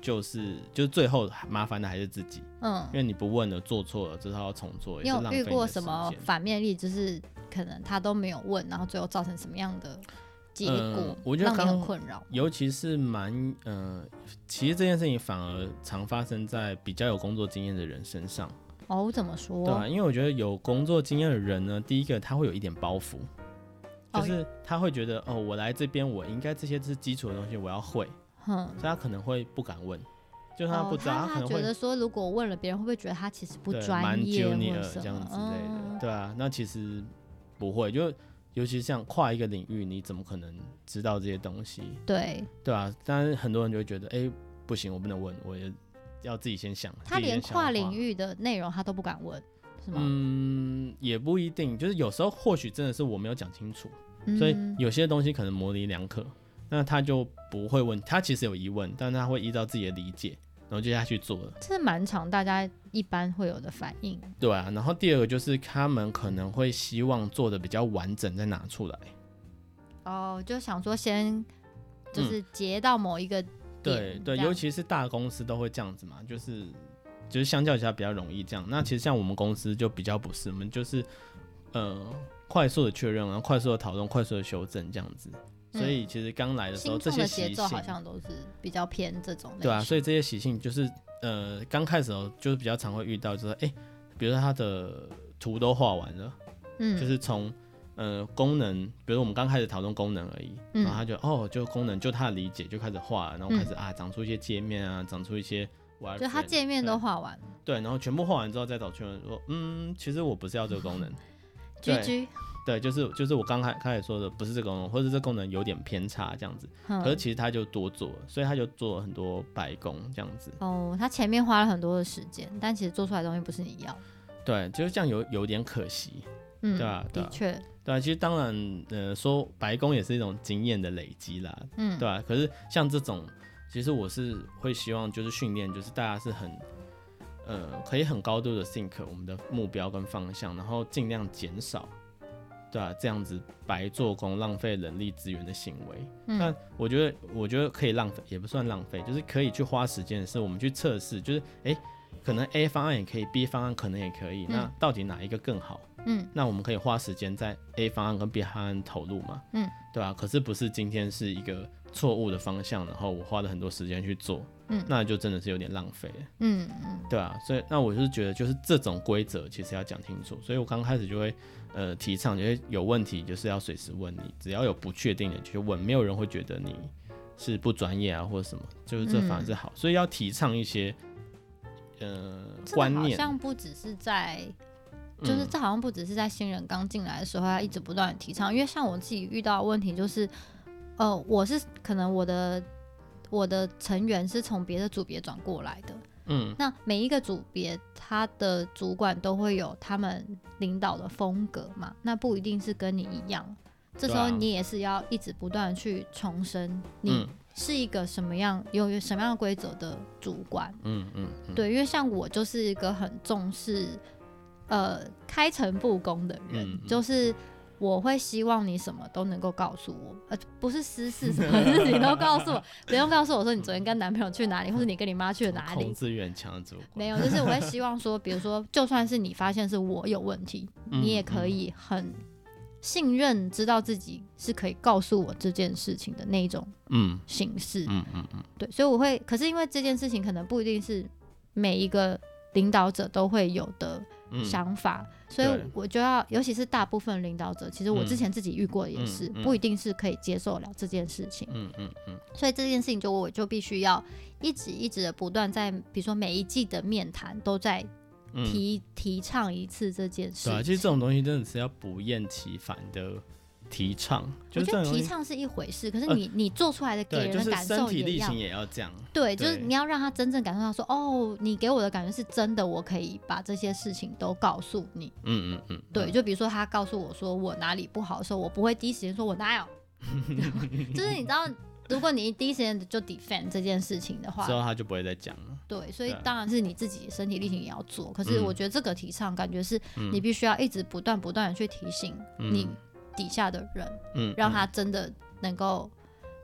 [SPEAKER 3] 就是就是最后麻烦的还是自己，
[SPEAKER 2] 嗯
[SPEAKER 3] 因，为你不问了，做错了，之后要重做，也
[SPEAKER 2] 你
[SPEAKER 3] 是
[SPEAKER 2] 有
[SPEAKER 3] 浪费
[SPEAKER 2] 遇
[SPEAKER 3] 你
[SPEAKER 2] 过
[SPEAKER 3] 的
[SPEAKER 2] 什
[SPEAKER 3] 时
[SPEAKER 2] 么
[SPEAKER 3] 间
[SPEAKER 2] 反面例子？就是可能他都没有问，然后最后造成什么样的结果
[SPEAKER 3] 嗯，我觉得
[SPEAKER 2] 让你
[SPEAKER 3] 刚
[SPEAKER 2] 很困扰。
[SPEAKER 3] 尤其是蛮呃，其实这件事情反而常发生在比较有工作经验的人身上，
[SPEAKER 2] 哦，怎么说？
[SPEAKER 3] 对啊，因为我觉得有工作经验的人呢，第一个他会有一点包袱，
[SPEAKER 2] 哦
[SPEAKER 3] 就是他会觉得哦，我来这边我应该这些是基础的东西我要会，
[SPEAKER 2] 哼，
[SPEAKER 3] 所以他可能会不敢问，就是他
[SPEAKER 2] 哦，
[SPEAKER 3] 不知道，
[SPEAKER 2] 他
[SPEAKER 3] 可能
[SPEAKER 2] 觉
[SPEAKER 3] 会
[SPEAKER 2] 得说，如果问了别人，会不会觉得他其实不
[SPEAKER 3] 对蛮
[SPEAKER 2] 专业或
[SPEAKER 3] junior
[SPEAKER 2] 者什么？
[SPEAKER 3] 这样之类的，
[SPEAKER 2] 嗯
[SPEAKER 3] 对啊，那其实不会，就尤其像跨一个领域，你怎么可能知道这些东西？
[SPEAKER 2] 对，
[SPEAKER 3] 对啊，但是很多人就会觉得，哎、不行，我不能问，我也要自己先想。
[SPEAKER 2] 他
[SPEAKER 3] 自己
[SPEAKER 2] 连
[SPEAKER 3] 先想好
[SPEAKER 2] 跨领
[SPEAKER 3] 话，
[SPEAKER 2] 域的内容他都不敢问，是吗？
[SPEAKER 3] 嗯，也不一定，就是有时候或许真的是我没有讲清楚，
[SPEAKER 2] 嗯
[SPEAKER 3] 所以有些东西可能模棱两可，那他就不会问，他其实有疑问，但他会依照自己的理解，然后就下去做了。
[SPEAKER 2] 这蛮常大家一般会有的反应。
[SPEAKER 3] 对啊，然后第二个就是他们可能会希望做的比较完整，再拿出来。
[SPEAKER 2] 哦，就想说先就是截到某一个
[SPEAKER 3] 嗯对
[SPEAKER 2] 点这
[SPEAKER 3] 对，
[SPEAKER 2] 样
[SPEAKER 3] 尤其是大公司都会这样子嘛，就是就是相较之下比较容易这样。那其实像我们公司就比较不是，我们就是呃快速的确认，然后快速的讨论，快速的修正这样子。所
[SPEAKER 2] 嗯
[SPEAKER 3] 以其实刚来的时候，
[SPEAKER 2] 新
[SPEAKER 3] 这
[SPEAKER 2] 创
[SPEAKER 3] 些
[SPEAKER 2] 的节
[SPEAKER 3] 习
[SPEAKER 2] 奏
[SPEAKER 3] 性
[SPEAKER 2] 好，像都是比较偏这种类型。
[SPEAKER 3] 对啊，所以这些习性就是呃刚开始的时候就是比较常会遇到，就是哎、诶比如说他的图都画完了，
[SPEAKER 2] 嗯，
[SPEAKER 3] 就是从呃功能，比如我们刚开始讨论功能而已，
[SPEAKER 2] 嗯嗯
[SPEAKER 3] 然后他就哦，就功能就他的理解就开始画了，然后开始、啊长出一些界面啊，长出一些 wireframe，啊
[SPEAKER 2] 就他界面都画完了
[SPEAKER 3] 对，然后全部画完之后再找圈说，嗯，其实我不是要这个 功能，对
[SPEAKER 2] ，GG，
[SPEAKER 3] 对，就是就是我刚开开始说的不是这个功能，或者这功能有点偏差这样子，可是
[SPEAKER 2] 嗯，
[SPEAKER 3] 其实他就多做了，所以他就做了很多白工这样子，
[SPEAKER 2] 哦，他前面花了很多的时间，但其实做出来的东西不是你要。
[SPEAKER 3] 对，就是这样有有点可惜，
[SPEAKER 2] 嗯，
[SPEAKER 3] 对啊对啊
[SPEAKER 2] 的确，
[SPEAKER 3] 对啊，其实当然，呃，说白宫也是一种经验的累积啦，
[SPEAKER 2] 嗯
[SPEAKER 3] 对吧、啊可是像这种，其实我是会希望就是训练，就是大家是很，呃，可以很高度的 think 我们的目标跟方向，然后尽量减少，对啊，这样子白做工、浪费人力资源的行为。
[SPEAKER 2] 嗯
[SPEAKER 3] 但我觉得，我觉得可以浪费，也不算浪费，就是可以去花时间的是，我们去测试，就是诶，可能 A 方案也可以，B 方案可能也可以，那
[SPEAKER 2] 嗯
[SPEAKER 3] 到底哪一个更好？
[SPEAKER 2] 嗯，
[SPEAKER 3] 那我们可以花时间在 A 方案跟 B 方案投入嘛，
[SPEAKER 2] 嗯，
[SPEAKER 3] 对啊，可是不是今天是一个错误的方向，然后我花了很多时间去做，
[SPEAKER 2] 嗯
[SPEAKER 3] 那就真的是有点浪费了，
[SPEAKER 2] 嗯嗯，
[SPEAKER 3] 对啊，所以那我是觉得就是这种规则其实要讲清楚，所以我刚开始就会呃提倡，就是有问题就是要随时问你，只要有不确定的就去问，没有人会觉得你是不专业啊或者什么，就是这反而是好，所以要提倡一些呃
[SPEAKER 2] 嗯这
[SPEAKER 3] 观
[SPEAKER 2] 个好
[SPEAKER 3] 念，
[SPEAKER 2] 像不只是在就是
[SPEAKER 3] 嗯
[SPEAKER 2] 这好像不只是在新人刚进来的时候，要一直不断的提倡。因为像我自己遇到的问题就是，呃，我是可能我的我的成员是从别的组别转过来的，
[SPEAKER 3] 嗯
[SPEAKER 2] 那每一个组别，他的主管都会有他们领导的风格嘛，那不一定是跟你一样。这时候
[SPEAKER 3] 对啊
[SPEAKER 2] 你也是要一直不断地去重申，你
[SPEAKER 3] 嗯
[SPEAKER 2] 是一个什么样、有什么样的规则的主管。
[SPEAKER 3] 嗯嗯嗯，
[SPEAKER 2] 对，因为像我就是一个很重视呃开诚布公的人，
[SPEAKER 3] 嗯嗯
[SPEAKER 2] 就是我会希望你什么都能够告诉我，呃，不是私事，什么 事情都告诉我，不用告诉我说你昨天跟男朋友去哪里，或者你跟你妈去了哪
[SPEAKER 3] 控
[SPEAKER 2] 里。
[SPEAKER 3] 制欲很强的主管，
[SPEAKER 2] 没有，就是我会希望说，比如说，就算是你发现是我有问题，
[SPEAKER 3] 嗯
[SPEAKER 2] 你也可以很信任，知道自己是可以告诉我这件事情的那一种
[SPEAKER 3] 嗯
[SPEAKER 2] 形式。
[SPEAKER 3] 嗯嗯嗯，
[SPEAKER 2] 对，所以我会，可是因为这件事情可能不一定是每一个领导者都会有的
[SPEAKER 3] 嗯
[SPEAKER 2] 想法，所以
[SPEAKER 3] 对
[SPEAKER 2] 我就要，尤其是大部分领导者，其实我
[SPEAKER 3] 嗯
[SPEAKER 2] 之前自己遇过也是，
[SPEAKER 3] 嗯嗯
[SPEAKER 2] 不一定是可以接受了这件事情，
[SPEAKER 3] 嗯嗯嗯
[SPEAKER 2] 所以这件事情就我就必须要一直一直的不断在，比如说每一季的面谈都在
[SPEAKER 3] 嗯，
[SPEAKER 2] 提、提倡一次这件事
[SPEAKER 3] 对啊，
[SPEAKER 2] 情。
[SPEAKER 3] 其实这种东西真的是要不厌其烦的提倡，就
[SPEAKER 2] 我
[SPEAKER 3] 是这
[SPEAKER 2] 觉得
[SPEAKER 3] 种东
[SPEAKER 2] 提
[SPEAKER 3] 西，
[SPEAKER 2] 倡是一回事，可是
[SPEAKER 3] 呃
[SPEAKER 2] 你、你做出来的给
[SPEAKER 3] 对，就
[SPEAKER 2] 人
[SPEAKER 3] 是
[SPEAKER 2] 的感
[SPEAKER 3] 身
[SPEAKER 2] 受
[SPEAKER 3] 体
[SPEAKER 2] 也
[SPEAKER 3] 力
[SPEAKER 2] 要
[SPEAKER 3] 行也要这样，
[SPEAKER 2] 对，就是
[SPEAKER 3] 对
[SPEAKER 2] 你要让他真正感受到说，哦，你给我的感觉是真的，我可以把这些事情都告诉你。
[SPEAKER 3] 嗯嗯嗯，
[SPEAKER 2] 对，就比如说他告诉我说我哪里不好的时候，我不会第一时间说我哪 有，就是你知道，如果你第一时间就 defend 这件事情的话
[SPEAKER 3] 之，后他就不会再讲了，
[SPEAKER 2] 对，所以
[SPEAKER 3] 啊对啊
[SPEAKER 2] 当然是你自己身体力行也要做。可是
[SPEAKER 3] 嗯
[SPEAKER 2] 我觉得这个提倡感觉是
[SPEAKER 3] 嗯
[SPEAKER 2] 你必须要一直不断不断的去提醒
[SPEAKER 3] 嗯
[SPEAKER 2] 你底下的人，
[SPEAKER 3] 嗯，
[SPEAKER 2] 让他真的能够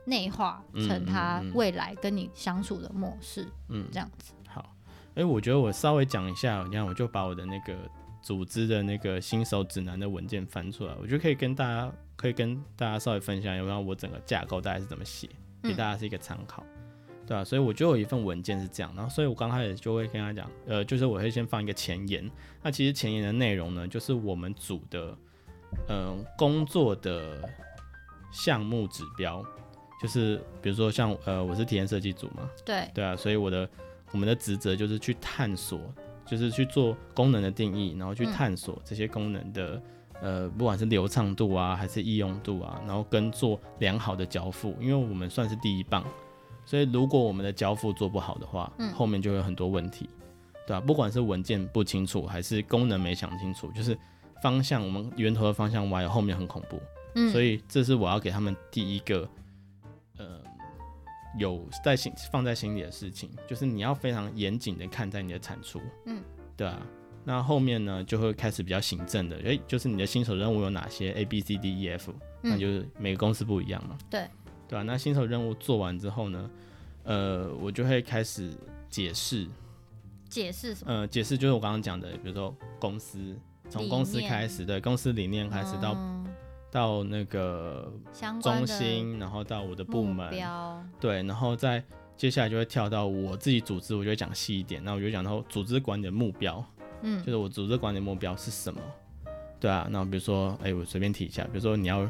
[SPEAKER 2] 内化成
[SPEAKER 3] 嗯嗯
[SPEAKER 2] 他
[SPEAKER 3] 嗯
[SPEAKER 2] 未来跟你相处的模式，
[SPEAKER 3] 嗯
[SPEAKER 2] 这样子。
[SPEAKER 3] 好，哎，我觉得我稍微讲一下，你看我就把我的那个组织的那个新手指南的文件翻出来，我觉得可以跟大家可以跟大家稍微分享一下我整个架构大概是怎么写，给
[SPEAKER 2] 嗯
[SPEAKER 3] 大家是一个参考。对啊，所以我就有一份文件是这样，然后所以我刚开始就会跟他讲，呃，就是我会先放一个前言，那其实前言的内容呢，就是我们组的，嗯、工作的项目指标，就是比如说像呃，我是体验设计组嘛，
[SPEAKER 2] 对，
[SPEAKER 3] 对啊，所以我的我们的职责就是去探索，就是去做功能的定义，然后去
[SPEAKER 2] 嗯
[SPEAKER 3] 探索这些功能的、呃，不管是流畅度啊，还是易用度啊，然后跟做良好的交付，因为我们算是第一棒，所以如果我们的交付做不好的话，
[SPEAKER 2] 嗯
[SPEAKER 3] 后面就会有很多问题，对啊，不管是文件不清楚，还是功能没想清楚，就是方向我们源头的方向歪了，后面很恐怖。
[SPEAKER 2] 嗯，
[SPEAKER 3] 所以这是我要给他们第一个，呃，有在心放在心里的事情，就是你要非常严谨的看待你的产出，
[SPEAKER 2] 嗯，
[SPEAKER 3] 对啊。那后面呢，就会开始比较行政的，诶，就是你的新手任务有哪些？A B C D E F，那
[SPEAKER 2] 嗯
[SPEAKER 3] 就是每个公司不一样嘛，
[SPEAKER 2] 对，
[SPEAKER 3] 对啊。那新手任务做完之后呢，呃，我就会开始解释，
[SPEAKER 2] 嗯解释什么？
[SPEAKER 3] 呃，解释就是我刚刚讲的，比如说公司，从公司
[SPEAKER 2] 理念
[SPEAKER 3] 开始，对，公司理念开始到、
[SPEAKER 2] 嗯
[SPEAKER 3] 到那个
[SPEAKER 2] 相关
[SPEAKER 3] 中
[SPEAKER 2] 的
[SPEAKER 3] 心，然后到我的部
[SPEAKER 2] 目
[SPEAKER 3] 门，
[SPEAKER 2] 标，
[SPEAKER 3] 对，然后再接下来就会跳到我自己组织，我就会讲细一点。那我就讲到组织管理的目标，
[SPEAKER 2] 嗯
[SPEAKER 3] 就是我组织管理目标是什么？对啊，那比如说，哎、我随便提一下，比如说你要，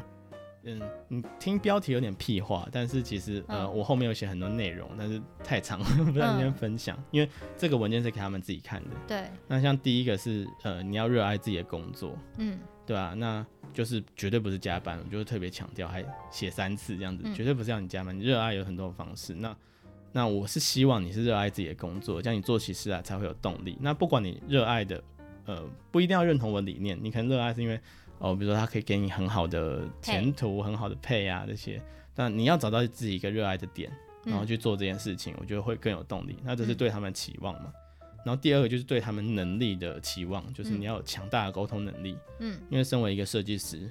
[SPEAKER 3] 嗯，你听标题有点屁话，但是其实呃，
[SPEAKER 2] 嗯
[SPEAKER 3] 我后面有写很多内容，但是太长了，不在今天分享，因为这个文件是给他们自己看的。
[SPEAKER 2] 对，
[SPEAKER 3] 那像第一个是呃，你要热爱自己的工作，
[SPEAKER 2] 嗯
[SPEAKER 3] 对啊，那就是绝对不是加班，我就特别强调，还写三次这样子，
[SPEAKER 2] 嗯
[SPEAKER 3] 绝对不是让你加班。你热爱有很多方式，那那我是希望你是热爱自己的工作，这样你做起事来才会有动力。那不管你热爱的，呃，不一定要认同我的理念，你可能热爱是因为哦，比如说它可以给你很好的前途、很好的配啊这些，但你要找到自己一个热爱的点，然后去做这件事情，我觉得会更有动力。那这是对他们期望嘛？然后第二个就是对他们能力的期望，就是你要有强大的沟通能力。
[SPEAKER 2] 嗯
[SPEAKER 3] 因为身为一个设计师，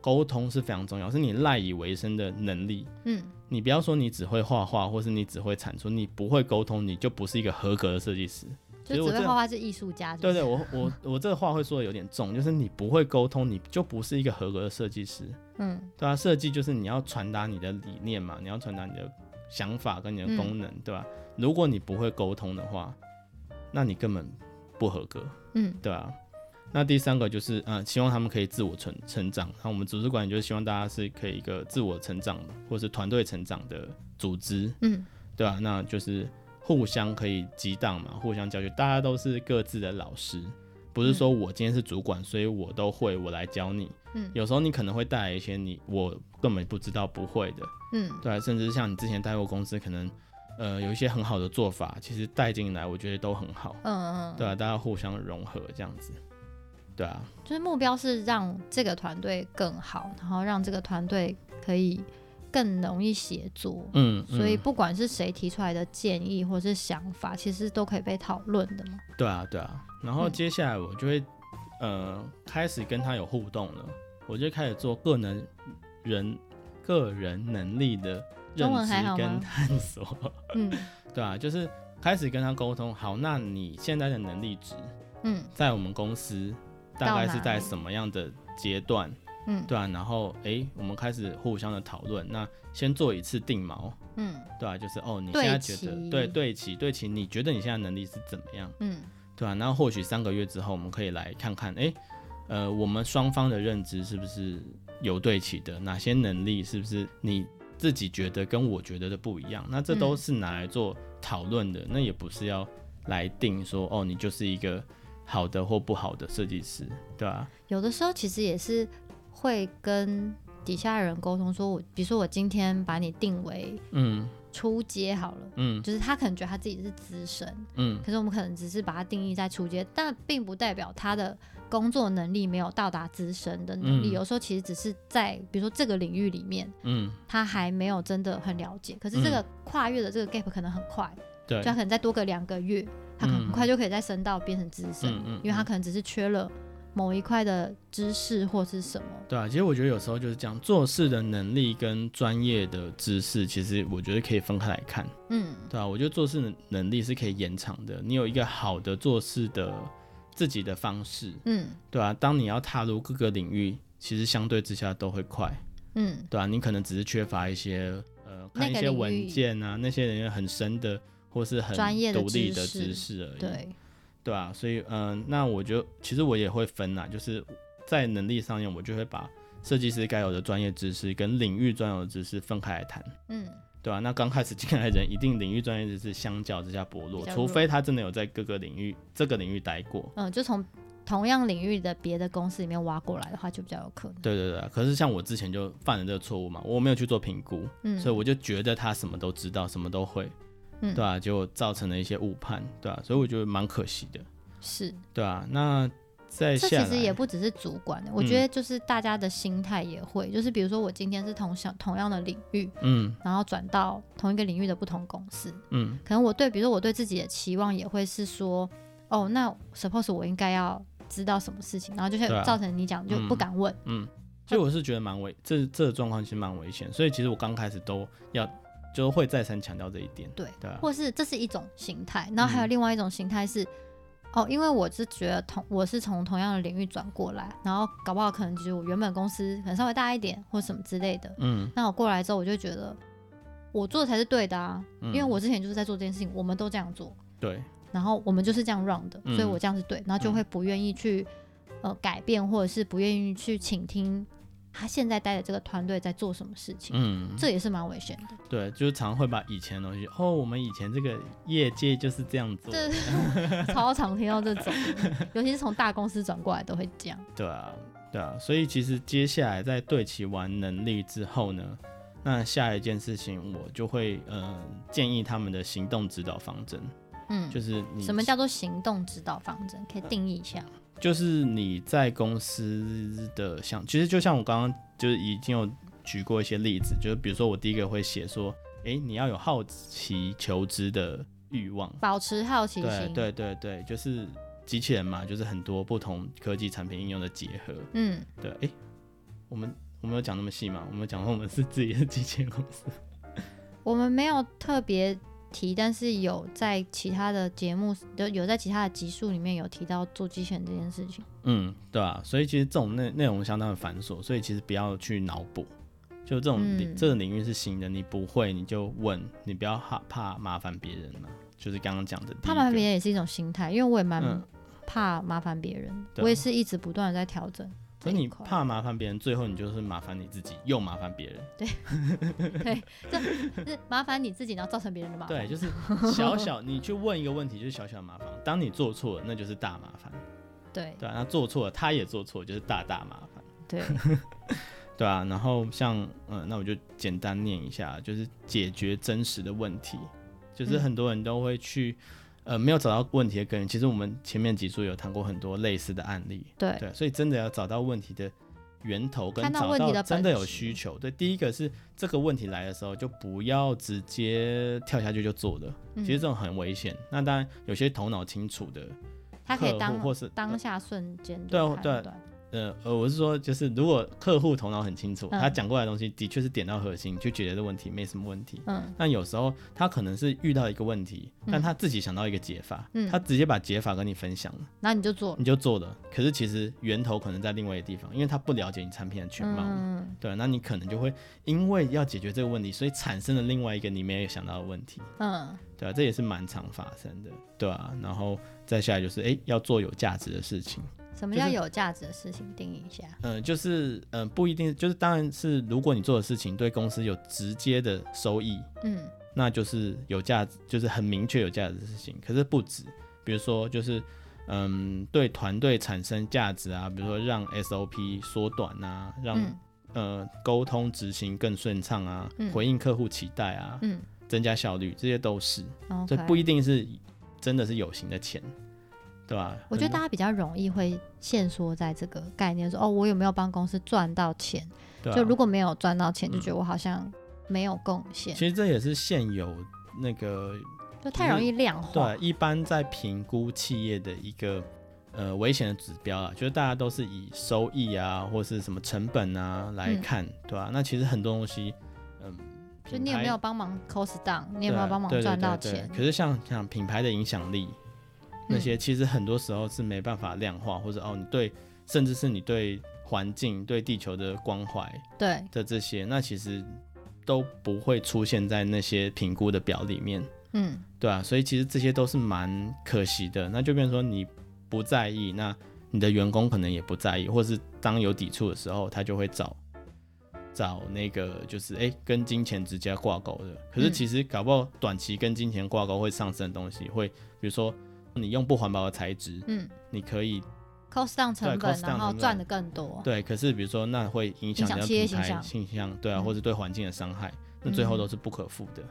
[SPEAKER 3] 沟通是非常重要，是你赖以为生的能力。
[SPEAKER 2] 嗯，
[SPEAKER 3] 你不要说你只会画画，或是你只会产出，你不会沟通，你就不是一个合格的设计师。
[SPEAKER 2] 就
[SPEAKER 3] 其实
[SPEAKER 2] 只
[SPEAKER 3] 我
[SPEAKER 2] 会
[SPEAKER 3] 这
[SPEAKER 2] 画画是艺术家，是不
[SPEAKER 3] 对
[SPEAKER 2] 是
[SPEAKER 3] 对，我我我这个话会说的有点重，就是你不会沟通，你就不是一个合格的设计师。
[SPEAKER 2] 嗯
[SPEAKER 3] 对啊，设计就是你要传达你的理念嘛，你要传达你的想法跟你的功能，对吧、如果你不会沟通的话，那你根本不合格。
[SPEAKER 2] 嗯
[SPEAKER 3] 对啊。那第三个就是，嗯、希望他们可以自我成成长。那我们组织管理就是希望大家是可以一个自我成长的，或者是团队成长的组织，
[SPEAKER 2] 嗯
[SPEAKER 3] 对啊，那就是互相可以激荡嘛，互相教学，大家都是各自的老师，不是说我今天是主管，所以我都会，我来教你。
[SPEAKER 2] 嗯
[SPEAKER 3] 有时候你可能会带来一些你我根本不知道不会的，
[SPEAKER 2] 嗯
[SPEAKER 3] 对啊、甚至像你之前待过公司，可能呃有一些很好的做法，其实带进来我觉得都很好，
[SPEAKER 2] 嗯嗯，
[SPEAKER 3] 对啊，大家互相融合这样子，对啊，
[SPEAKER 2] 就是目标是让这个团队更好，然后让这个团队可以更容易协作。
[SPEAKER 3] 嗯，
[SPEAKER 2] 所以
[SPEAKER 3] 嗯
[SPEAKER 2] 不管是谁提出来的建议或是想法，其实都可以被讨论的嘛。
[SPEAKER 3] 对啊，对啊。然后
[SPEAKER 2] 嗯
[SPEAKER 3] 接下来我就会、呃开始跟他有互动了，我就开始做个人人个人能力的认
[SPEAKER 2] 中文
[SPEAKER 3] 知
[SPEAKER 2] 还好吗
[SPEAKER 3] 跟探索，
[SPEAKER 2] 嗯
[SPEAKER 3] 对啊，就是开始跟他沟通。好，那你现在的能力值
[SPEAKER 2] 嗯
[SPEAKER 3] 在我们公司大
[SPEAKER 2] 到
[SPEAKER 3] 概是
[SPEAKER 2] 哪
[SPEAKER 3] 在
[SPEAKER 2] 里
[SPEAKER 3] 什么样的阶段？
[SPEAKER 2] 嗯
[SPEAKER 3] 对啊，然后诶，我们开始互相的讨论。那先做一次定锚，
[SPEAKER 2] 嗯
[SPEAKER 3] 对啊，就是哦，你现
[SPEAKER 2] 对
[SPEAKER 3] 在觉得
[SPEAKER 2] 齐
[SPEAKER 3] 对对齐对齐，你觉得你现在能力是怎么样？
[SPEAKER 2] 嗯
[SPEAKER 3] 对啊，那或许三个月之后，我们可以来看看，诶，呃，我们双方的认知是不是有对齐的？哪些能力是不是你自己觉得跟我觉得的不一样？那这都
[SPEAKER 2] 嗯
[SPEAKER 3] 是拿来做讨论的，那也不是要来定说哦，你就是一个好的或不好的设计师，对啊吧、
[SPEAKER 2] 有的时候其实也是会跟底下人沟通说我，比如说我今天把你定为
[SPEAKER 3] 嗯
[SPEAKER 2] 初阶好了，
[SPEAKER 3] 嗯
[SPEAKER 2] 就是他可能觉得他自己是资深，
[SPEAKER 3] 嗯
[SPEAKER 2] 可是我们可能只是把它定义在初阶，但并不代表他的工作能力没有到达资深的能力。
[SPEAKER 3] 嗯
[SPEAKER 2] 有时候其实只是在比如说这个领域里面，
[SPEAKER 3] 嗯，
[SPEAKER 2] 他还没有真的很了解。可是这个跨越的这个 gap 可能很快，
[SPEAKER 3] 对
[SPEAKER 2] 就他，可能再多个两个月，他可能很快就可以再升到变成资深，
[SPEAKER 3] 嗯嗯
[SPEAKER 2] 因为他可能只是缺了某一块的知识或是什么。
[SPEAKER 3] 对啊，其实我觉得有时候就是这样，做事的能力跟专业的知识，其实我觉得可以分开来看。
[SPEAKER 2] 嗯
[SPEAKER 3] 对啊，我觉得做事能能力是可以延长的。你有一个好的做事的自己的方式，
[SPEAKER 2] 嗯
[SPEAKER 3] 对啊，当你要踏入各个领域，其实相对之下都会快，
[SPEAKER 2] 嗯
[SPEAKER 3] 对啊，你可能只是缺乏一些呃，
[SPEAKER 2] 那
[SPEAKER 3] 看一
[SPEAKER 2] 个
[SPEAKER 3] 些
[SPEAKER 2] 领域
[SPEAKER 3] 文件啊，那些人员很深的或是很
[SPEAKER 2] 专业的
[SPEAKER 3] 独立
[SPEAKER 2] 知
[SPEAKER 3] 的
[SPEAKER 2] 识
[SPEAKER 3] 知识而已，
[SPEAKER 2] 对，
[SPEAKER 3] 对啊，所以嗯、呃那我就其实我也会分啦，就是在能力上面，我就会把设计师该有的专业知识跟领域专有的知识分开来谈。
[SPEAKER 2] 嗯
[SPEAKER 3] 对啊，那刚开始进来的人，一定领域专业知识相较之下薄弱
[SPEAKER 2] 比，较
[SPEAKER 3] 除
[SPEAKER 2] 弱
[SPEAKER 3] 非他真的有在各个领域这个领域待过。
[SPEAKER 2] 嗯，就从同样领域的别的公司里面挖过来的话，就比较有可能。
[SPEAKER 3] 对对对啊，可是像我之前就犯了这个错误嘛，我没有去做评估，
[SPEAKER 2] 嗯，
[SPEAKER 3] 所以我就觉得他什么都知道，什么都会，
[SPEAKER 2] 嗯
[SPEAKER 3] 对啊，结果造成了一些误判，对啊，所以我觉得蛮可惜的，
[SPEAKER 2] 是，
[SPEAKER 3] 对啊。那再
[SPEAKER 2] 这
[SPEAKER 3] 下
[SPEAKER 2] 其
[SPEAKER 3] 来，嗯
[SPEAKER 2] 实也不只是主管欸的，我觉得就是大家的心态也会，就是比如说我今天是同相同样的领域，
[SPEAKER 3] 嗯
[SPEAKER 2] 然后转到同一个领域的不同公司，
[SPEAKER 3] 嗯
[SPEAKER 2] 可能我对，比如说我对自己的期望也会是说，哦，那 suppose 我应该要知道什么事情，然后就会
[SPEAKER 3] 对啊
[SPEAKER 2] 造成你讲就不敢问，
[SPEAKER 3] 嗯，所以我是觉得蛮危，这这个状况其实蛮危险，所以其实我刚开始都要就会再三强调这一点，
[SPEAKER 2] 对，
[SPEAKER 3] 对啊，
[SPEAKER 2] 或是这是一种形态，然后还有
[SPEAKER 3] 嗯
[SPEAKER 2] 另外一种形态是。哦，因为我是觉得同我是从同样的领域转过来，然后搞不好可能就是我原本公司可能稍微大一点或什么之类的，
[SPEAKER 3] 嗯，
[SPEAKER 2] 那我过来之后，我就觉得我做的才是对的啊，因
[SPEAKER 3] 因
[SPEAKER 2] 为我之前就是在做这件事情，我们都这样做，
[SPEAKER 3] 嗯对，
[SPEAKER 2] 然后我们就是这样 run 的，
[SPEAKER 3] 嗯
[SPEAKER 2] 所以我这样是对，然后就会不愿意去、呃改变，或者是不愿意去倾听他现在待的这个团队在做什么事情，
[SPEAKER 3] 嗯，
[SPEAKER 2] 这也是蛮危险的。
[SPEAKER 3] 对，就是常会把以前的东西，哦，我们以前这个业界就是这样做的，
[SPEAKER 2] 这超常听到这种，尤其是从大公司转过来都会这样。
[SPEAKER 3] 对啊，对啊，所以其实接下来在对齐完能力之后呢，那下一件事情我就会呃建议他们的行动指导方针，
[SPEAKER 2] 嗯，
[SPEAKER 3] 就是你
[SPEAKER 2] 什么叫做行动指导方针？可以定义一下。
[SPEAKER 3] 就是你在公司的像，其实就像我刚刚就是已经有举过一些例子，就是比如说我第一个会写说，诶，你要有好奇求知的欲望，
[SPEAKER 2] 保持好奇
[SPEAKER 3] 对
[SPEAKER 2] 心，
[SPEAKER 3] 对对对，就是机器人嘛，就是很多不同科技产品应用的结合。
[SPEAKER 2] 嗯，
[SPEAKER 3] 对，诶，我们我们有讲那么细吗？我们有讲说我们是自己的机器人公司。
[SPEAKER 2] 我们没有特别提，但是有在其他的节目，有有在其他的集数里面有提到做机器人这件事情。
[SPEAKER 3] 嗯，对啊，所以其实这种内内容相当的繁琐，所以其实不要去脑补。就这种、
[SPEAKER 2] 嗯
[SPEAKER 3] 这个领域是新的，你不会你就问，你不要怕怕麻烦别人嘛。就是刚刚讲的第一个，
[SPEAKER 2] 怕麻烦别人也是一种心态，因为我也蛮
[SPEAKER 3] 嗯
[SPEAKER 2] 怕麻烦别人，
[SPEAKER 3] 对啊
[SPEAKER 2] 我也是一直不断的在调整这
[SPEAKER 3] 可是你
[SPEAKER 2] 一块。
[SPEAKER 3] 怕麻烦别人，最后你就是麻烦你自己，又麻烦别人。
[SPEAKER 2] 是麻烦你自己，然后造成别人的麻烦。
[SPEAKER 3] 对，就是小小你去问一个问题，就是小小麻烦。当你做错了，那就是大麻烦。
[SPEAKER 2] 对
[SPEAKER 3] 对啊，那做错了，他也做错，就是大大麻烦。
[SPEAKER 2] 对，
[SPEAKER 3] 对啊，然后像嗯、呃那我就简单念一下，就是解决真实的问题，就是很多人都会去，呃，没有找到问题的根源。其实我们前面几组有谈过很多类似的案例，
[SPEAKER 2] 对，
[SPEAKER 3] 对，所以真的要找到问题的源头，跟
[SPEAKER 2] 看到
[SPEAKER 3] 找
[SPEAKER 2] 问题
[SPEAKER 3] 到
[SPEAKER 2] 的
[SPEAKER 3] 真
[SPEAKER 2] 本
[SPEAKER 3] 的有
[SPEAKER 2] 质
[SPEAKER 3] 需求。对，第一个是这个问题来的时候，就不要直接跳下去就做了，
[SPEAKER 2] 嗯
[SPEAKER 3] 其实这种很危险。那当然，有些头脑清楚的，
[SPEAKER 2] 他可
[SPEAKER 3] 客
[SPEAKER 2] 以
[SPEAKER 3] 户
[SPEAKER 2] 当
[SPEAKER 3] 或是
[SPEAKER 2] 当下瞬间
[SPEAKER 3] 对
[SPEAKER 2] 就
[SPEAKER 3] 啊
[SPEAKER 2] 判
[SPEAKER 3] 对啊
[SPEAKER 2] 断，
[SPEAKER 3] 呃呃，我是说，就是如果客户头脑很清楚，他
[SPEAKER 2] 嗯
[SPEAKER 3] 讲过来的东西的确是点到核心，去解决这问题没什么问题。
[SPEAKER 2] 嗯，
[SPEAKER 3] 但有时候他可能是遇到一个问题，但
[SPEAKER 2] 嗯
[SPEAKER 3] 他自己想到一个解法，
[SPEAKER 2] 嗯
[SPEAKER 3] 他直接把解法跟你分享了，
[SPEAKER 2] 然后你就做了，
[SPEAKER 3] 你就做了。可是其实源头可能在另外一个地方，因为他不了解你产品的全貌嘛。
[SPEAKER 2] 嗯，
[SPEAKER 3] 对，啊那你可能就会因为要解决这个问题，所以产生了另外一个你没有想到的问题，
[SPEAKER 2] 嗯，
[SPEAKER 3] 对啊，这也是蛮常发生的，对啊。然后再下来就是，诶，要做有价值的事情，
[SPEAKER 2] 什么
[SPEAKER 3] 就
[SPEAKER 2] 叫
[SPEAKER 3] 是
[SPEAKER 2] 有价值的事情？定义一下，
[SPEAKER 3] 嗯、就是，嗯、不一定，就是当然是如果你做的事情对公司有直接的收益，
[SPEAKER 2] 嗯，
[SPEAKER 3] 那就是有价值，就是很明确有价值的事情。可是不止，比如说就是，嗯，对团队产生价值啊，比如说让 SOP 缩短啊，让、
[SPEAKER 2] 嗯
[SPEAKER 3] 呃沟通执行更顺畅啊，
[SPEAKER 2] 嗯
[SPEAKER 3] 回应客户期待啊，
[SPEAKER 2] 嗯
[SPEAKER 3] 增加效率，这些都是，
[SPEAKER 2] ，OK，
[SPEAKER 3] 所以不一定是真的是有形的钱，对吧？嗯
[SPEAKER 2] 我觉得
[SPEAKER 3] 很
[SPEAKER 2] 大
[SPEAKER 3] 多
[SPEAKER 2] 家比较容易会限缩在这个概念说，哦，我有没有帮公司赚到钱？
[SPEAKER 3] 对啊
[SPEAKER 2] 就如果没有赚到钱，就
[SPEAKER 3] 嗯
[SPEAKER 2] 觉得我好像没有贡献，
[SPEAKER 3] 其实这也是现有那个
[SPEAKER 2] 就太容易量化
[SPEAKER 3] 对，。啊一般在评估企业的一个呃危险的指标啊，就是大家都是以收益啊，或是什么成本啊来
[SPEAKER 2] 嗯
[SPEAKER 3] 看，对吧、那其实很多东西，嗯，
[SPEAKER 2] 就
[SPEAKER 3] 品
[SPEAKER 2] 你有没
[SPEAKER 3] 牌
[SPEAKER 2] 有帮忙 cost down？你有没有
[SPEAKER 3] 对啊
[SPEAKER 2] 帮忙
[SPEAKER 3] 对对
[SPEAKER 2] 赚到
[SPEAKER 3] 对对
[SPEAKER 2] 钱？嗯
[SPEAKER 3] 可是像像品牌的影响力，那些其实很多时候是没办法量化，或者哦，你对，甚至是你对环境、对地球的关怀
[SPEAKER 2] 对，
[SPEAKER 3] 的这些，那其实都不会出现在那些评估的表里面。
[SPEAKER 2] 嗯，
[SPEAKER 3] 对啊，所以其实这些都是蛮可惜的。那就变成说你不在意，那你的员工可能也不在意，或是当有抵触的时候，他就会找找那个就是哎、诶跟金钱直接挂钩的。可是
[SPEAKER 2] 嗯
[SPEAKER 3] 其实搞不好短期跟金钱挂钩会上升的东西，会比如说你用不环保的材质，
[SPEAKER 2] 嗯
[SPEAKER 3] 你可以
[SPEAKER 2] cost down 成
[SPEAKER 3] 对
[SPEAKER 2] 本，
[SPEAKER 3] ，cost down
[SPEAKER 2] 然后
[SPEAKER 3] 成本
[SPEAKER 2] 赚的更多。
[SPEAKER 3] 对，可是比如说那会影
[SPEAKER 2] 影
[SPEAKER 3] 响
[SPEAKER 2] 响
[SPEAKER 3] 你的
[SPEAKER 2] 企业
[SPEAKER 3] 品牌
[SPEAKER 2] 形象
[SPEAKER 3] 形象，对啊，
[SPEAKER 2] 嗯
[SPEAKER 3] 或者对环境的伤害，那最后
[SPEAKER 2] 嗯
[SPEAKER 3] 都是不可复的。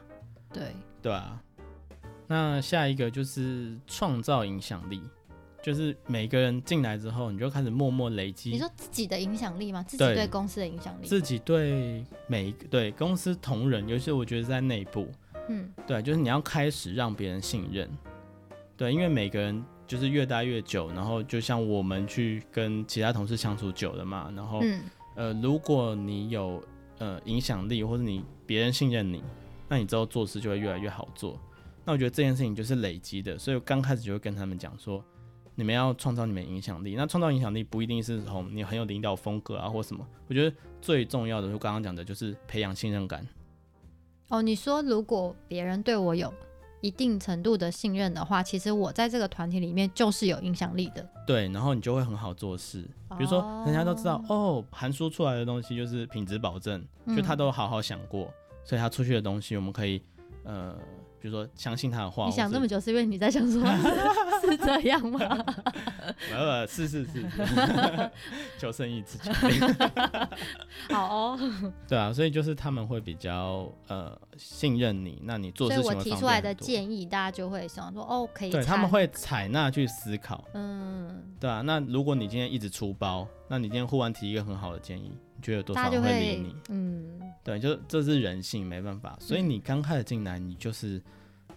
[SPEAKER 2] 对，
[SPEAKER 3] 对啊。那下一个就是创造影响力，就是每个人进来之后，你就开始默默累
[SPEAKER 2] 你
[SPEAKER 3] 积
[SPEAKER 2] 说自己的影响力吗？自己
[SPEAKER 3] 对
[SPEAKER 2] 对公司的影响力？
[SPEAKER 3] 自己对每一个对公司同仁，尤其我觉得在内部，
[SPEAKER 2] 嗯
[SPEAKER 3] 对，就是你要开始让别人信任，对，因为每个人就是越待越久，然后就像我们去跟其他同事相处久了嘛，然后、
[SPEAKER 2] 嗯
[SPEAKER 3] 呃，如果你有呃影响力，或者你别人信任你，那你之后做事就会越来越好做。那我觉得这件事情就是累积的，所以我刚开始就会跟他们讲说，你们要创造你们的影响力。那创造影响力不一定是从你很有领导风格啊或什么，我觉得最重要的，就刚刚讲的就是培养信任感。
[SPEAKER 2] 哦，你说如果别人对我有一定程度的信任的话，其实我在这个团体里面就是有影响力的。
[SPEAKER 3] 对，然后你就会很好做事。
[SPEAKER 2] 哦
[SPEAKER 3] 比如说，人家都知道哦，函数出来的东西就是品质保证，就他
[SPEAKER 2] 嗯
[SPEAKER 3] 都好好想过，所以他出去的东西我们可以呃，比如说相信他的话。
[SPEAKER 2] 你想
[SPEAKER 3] 或
[SPEAKER 2] 这
[SPEAKER 3] 是
[SPEAKER 2] 么久是因为你在想 说是这样吗？
[SPEAKER 3] 呃，是是是， 求生意志强。
[SPEAKER 2] 好哦，
[SPEAKER 3] 对啊，所以就是他们会比较呃信任你，那你做
[SPEAKER 2] 所以
[SPEAKER 3] 事情
[SPEAKER 2] 我
[SPEAKER 3] 会
[SPEAKER 2] 提
[SPEAKER 3] 方
[SPEAKER 2] 出来
[SPEAKER 3] 便
[SPEAKER 2] 的
[SPEAKER 3] 很多，
[SPEAKER 2] 建议，大家就会想说哦，可以
[SPEAKER 3] 对他们
[SPEAKER 2] 参
[SPEAKER 3] 会采纳去思考，
[SPEAKER 2] 嗯，
[SPEAKER 3] 对啊。那如果你今天一直出包，那你今天忽然提一个很好的建议，你觉得有多
[SPEAKER 2] 大
[SPEAKER 3] 少
[SPEAKER 2] 家就
[SPEAKER 3] 人理
[SPEAKER 2] 会
[SPEAKER 3] 你？
[SPEAKER 2] 嗯
[SPEAKER 3] 对，就这是人性，没办法。所以你刚开始进来，你就是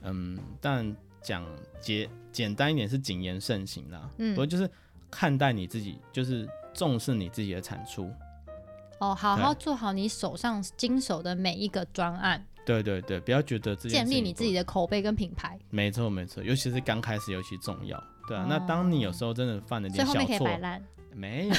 [SPEAKER 3] 嗯，但讲简简单一点是谨言慎行啦，
[SPEAKER 2] 嗯
[SPEAKER 3] 不过就是看待你自己，就是重视你自己的产出。
[SPEAKER 2] 哦，好好
[SPEAKER 3] 对
[SPEAKER 2] 做好你手上经手的每一个专案，
[SPEAKER 3] 对对对，不要觉得这件
[SPEAKER 2] 建
[SPEAKER 3] 事
[SPEAKER 2] 立
[SPEAKER 3] 情
[SPEAKER 2] 你
[SPEAKER 3] 不
[SPEAKER 2] 自己的口碑跟品牌，
[SPEAKER 3] 没错没错，尤其是刚开始尤其重要。对啊，
[SPEAKER 2] 哦
[SPEAKER 3] 那当你有时候真的犯了
[SPEAKER 2] 所
[SPEAKER 3] 点
[SPEAKER 2] 以后
[SPEAKER 3] 小
[SPEAKER 2] 面可以摆
[SPEAKER 3] 错，
[SPEAKER 2] 烂。
[SPEAKER 3] 没有，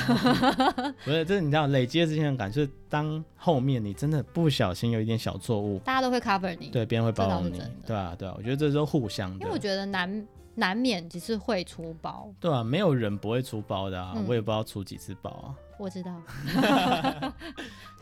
[SPEAKER 3] 不是，这是你知道累积的这些感，就是当后面你真的不小心有一点小错误，
[SPEAKER 2] 大家都会 cover 你，
[SPEAKER 3] 对别人会包容你
[SPEAKER 2] 这倒是真，的
[SPEAKER 3] 对啊对啊，我觉得这是互相
[SPEAKER 2] 因为我
[SPEAKER 3] 的，
[SPEAKER 2] 觉得难难免只是会出包，
[SPEAKER 3] 对啊，没有人不会出包的啊，
[SPEAKER 2] 嗯
[SPEAKER 3] 我也不知道出几次包啊，
[SPEAKER 2] 我知 道，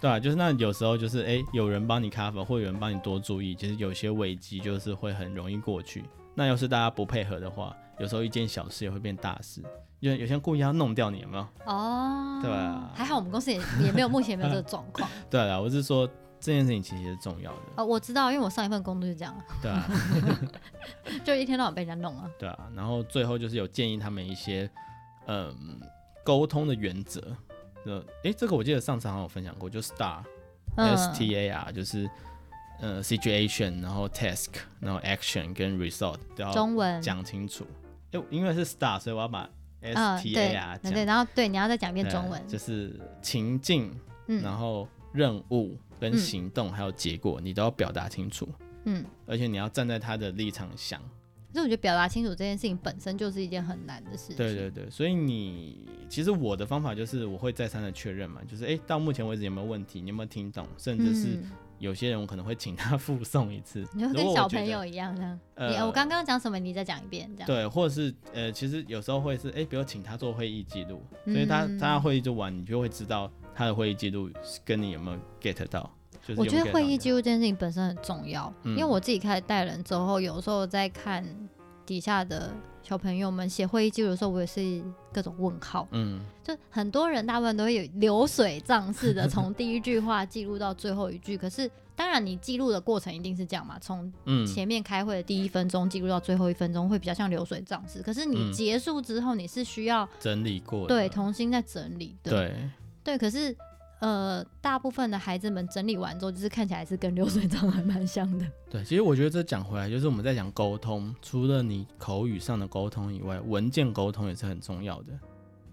[SPEAKER 3] 对啊，就是那有时候就是哎、有人帮你 cover，或有人帮你多注意，其实有些危机就是会很容易过去。那要是大家不配合的话，有时候一件小事也会变大事，因为有些人故意要弄掉你，有没有？
[SPEAKER 2] 哦，
[SPEAKER 3] 对啊
[SPEAKER 2] 还好我们公司也也没有，目前也没有这个状况。
[SPEAKER 3] 啊对了，我是说，这件事情其实是重要的，
[SPEAKER 2] 哦，我知道，因为我上一份工作就这样啊，
[SPEAKER 3] 对啊，
[SPEAKER 2] 就一天到晚被人家弄啊。
[SPEAKER 3] 对啊。然后最后就是有建议他们一些嗯沟通的原则。呃，诶，这个我记得上次好像有分享过，就 STAR、S
[SPEAKER 2] 嗯
[SPEAKER 3] T A R，就是呃 situation，然后 task，然后 action 跟 result 都
[SPEAKER 2] 嗯
[SPEAKER 3] 要
[SPEAKER 2] 中文
[SPEAKER 3] 哦讲清楚。诶，因为是 STAR，所以我要把 S
[SPEAKER 2] 嗯，
[SPEAKER 3] T A
[SPEAKER 2] 对
[SPEAKER 3] R 讲
[SPEAKER 2] 对，然后对，你要再讲一遍
[SPEAKER 3] 对
[SPEAKER 2] 中文，
[SPEAKER 3] 就是情境，然
[SPEAKER 2] 嗯
[SPEAKER 3] 后任务跟
[SPEAKER 2] 嗯
[SPEAKER 3] 行动还有结果，你都要表达清楚，
[SPEAKER 2] 嗯。
[SPEAKER 3] 而且你要站在他的立场想。
[SPEAKER 2] 可是我觉得表达清楚这件事情本身就是一件很难的事情。
[SPEAKER 3] 对对对，所以你其实我的方法就是我会再三的确认嘛，就是诶，到目前为止有没有问题，你有没有听懂，甚至是
[SPEAKER 2] 嗯，
[SPEAKER 3] 有些人我可能会请他 附送一次，
[SPEAKER 2] 你就
[SPEAKER 3] 如
[SPEAKER 2] 跟
[SPEAKER 3] 果我
[SPEAKER 2] 小
[SPEAKER 3] 觉
[SPEAKER 2] 朋
[SPEAKER 3] 得
[SPEAKER 2] 友一样这样。你哦
[SPEAKER 3] 呃，
[SPEAKER 2] 我刚刚讲什么，你再讲一遍这样。
[SPEAKER 3] 对，或者是呃，其实有时候会是诶，比如请他做会议记录，所以他
[SPEAKER 2] 嗯
[SPEAKER 3] 他会议做完，你就会知道他的会议记录是跟你有没有 get 到。就是
[SPEAKER 2] 我
[SPEAKER 3] 有
[SPEAKER 2] 觉
[SPEAKER 3] 没有
[SPEAKER 2] 得
[SPEAKER 3] get
[SPEAKER 2] 会
[SPEAKER 3] 到
[SPEAKER 2] 议
[SPEAKER 3] 你
[SPEAKER 2] 记录这件事情本身很重要，
[SPEAKER 3] 嗯
[SPEAKER 2] 因为我自己开始带人之后，有时候在看底下的小朋友们写会议记录的时候，我也是各种问号。
[SPEAKER 3] 嗯，
[SPEAKER 2] 就很多人大部分都会有流水账似 的，从第一句话记录到最后一句。可是当然，你记录的过程一定是这样嘛，从
[SPEAKER 3] 嗯，
[SPEAKER 2] 前面开会的第一分钟记录到最后一分钟，会比较像流水账式。可是
[SPEAKER 3] 嗯
[SPEAKER 2] 你结束之后，你是需要
[SPEAKER 3] 整理过的，
[SPEAKER 2] 对重新再整理的。
[SPEAKER 3] 对
[SPEAKER 2] 对，可是呃，大部分的孩子们整理完之后，就是看起来是跟流水账还蛮像 的。
[SPEAKER 3] 对其实我觉得这讲回来，就是我们在讲沟通，除了你口语上的沟通以外，文件沟通也是很重要的。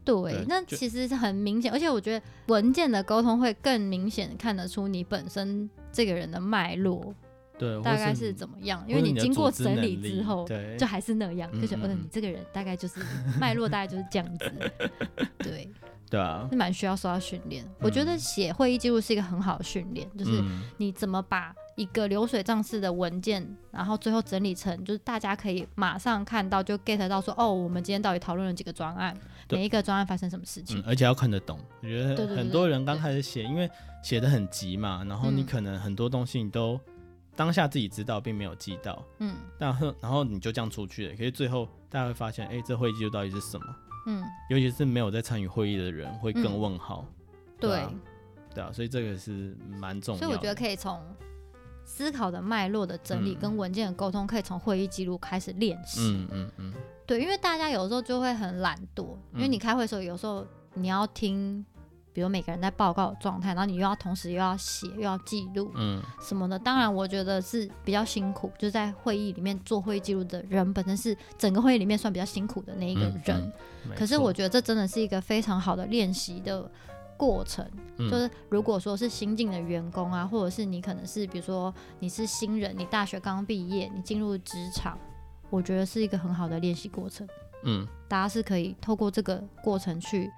[SPEAKER 3] 对
[SPEAKER 2] 对，那
[SPEAKER 3] 就
[SPEAKER 2] 其实是很明显，而且我觉得文件的沟通会更明显地看得出你本身这个人的脉络
[SPEAKER 3] 对，哦或
[SPEAKER 2] 大概
[SPEAKER 3] 是
[SPEAKER 2] 是怎么样，
[SPEAKER 3] 或
[SPEAKER 2] 因为
[SPEAKER 3] 是
[SPEAKER 2] 你
[SPEAKER 3] 的
[SPEAKER 2] 经过
[SPEAKER 3] 组织
[SPEAKER 2] 整理
[SPEAKER 3] 能力
[SPEAKER 2] 之后，
[SPEAKER 3] 对，
[SPEAKER 2] 就还是那样，
[SPEAKER 3] 嗯
[SPEAKER 2] 就觉得
[SPEAKER 3] 嗯
[SPEAKER 2] 呃
[SPEAKER 3] 嗯
[SPEAKER 2] 你这个人大概就是 脉络大概就是这样子，对，
[SPEAKER 3] 对啊，
[SPEAKER 2] 是蛮需要受到训练。我觉得写会议记录是一个很好的训练，就是
[SPEAKER 3] 嗯
[SPEAKER 2] 你怎么把一个流水账式的文件，然后最后整理成，就是大家可以马上看到，就 get 到说，哦，我们今天到底讨论了几个专案，
[SPEAKER 3] 对
[SPEAKER 2] 每一个专案发生什么事情。
[SPEAKER 3] 嗯，而且要看得懂。我觉
[SPEAKER 2] 对
[SPEAKER 3] 得
[SPEAKER 2] 对
[SPEAKER 3] 很
[SPEAKER 2] 对
[SPEAKER 3] 多人刚开始写，因为写的很急嘛，然后你
[SPEAKER 2] 嗯
[SPEAKER 3] 可能很多东西你都当下自己知道，并没有记到，
[SPEAKER 2] 嗯
[SPEAKER 3] 但后然后你就这样出去了，可是最后大家会发现，哎，这会议记录到底是什么？
[SPEAKER 2] 嗯，
[SPEAKER 3] 尤其是没有在参与会议的人，会更
[SPEAKER 2] 嗯
[SPEAKER 3] 问号。
[SPEAKER 2] 对，
[SPEAKER 3] 啊对啊，所以这个是蛮重要的。
[SPEAKER 2] 所以我觉得可以从思考的脉络的整理
[SPEAKER 3] 嗯
[SPEAKER 2] 跟文件的沟通，可以从会议记录开始练习。
[SPEAKER 3] 嗯嗯嗯，
[SPEAKER 2] 对，因为大家有时候就会很懒惰，因为
[SPEAKER 3] 嗯
[SPEAKER 2] 你开会的时候，有时候你要听，比如每个人在报告的状态，然后你又要同时又要写又要记录，
[SPEAKER 3] 嗯
[SPEAKER 2] 什么的。当然，我觉得是比较辛苦，就是在会议里面做会议记录的人，本身是整个会议里面算比较辛苦的那一个
[SPEAKER 3] 嗯
[SPEAKER 2] 人。
[SPEAKER 3] 嗯没
[SPEAKER 2] 可是
[SPEAKER 3] 错
[SPEAKER 2] 我觉得这真的是一个非常好的练习的过程。
[SPEAKER 3] 嗯
[SPEAKER 2] 就是如果说是新进的员工啊，或者是你可能是比如说你是新人，你大学刚毕业，你进入职场，我觉得是一个很好的练习过程。
[SPEAKER 3] 嗯
[SPEAKER 2] 大家是可以透过这个过程去，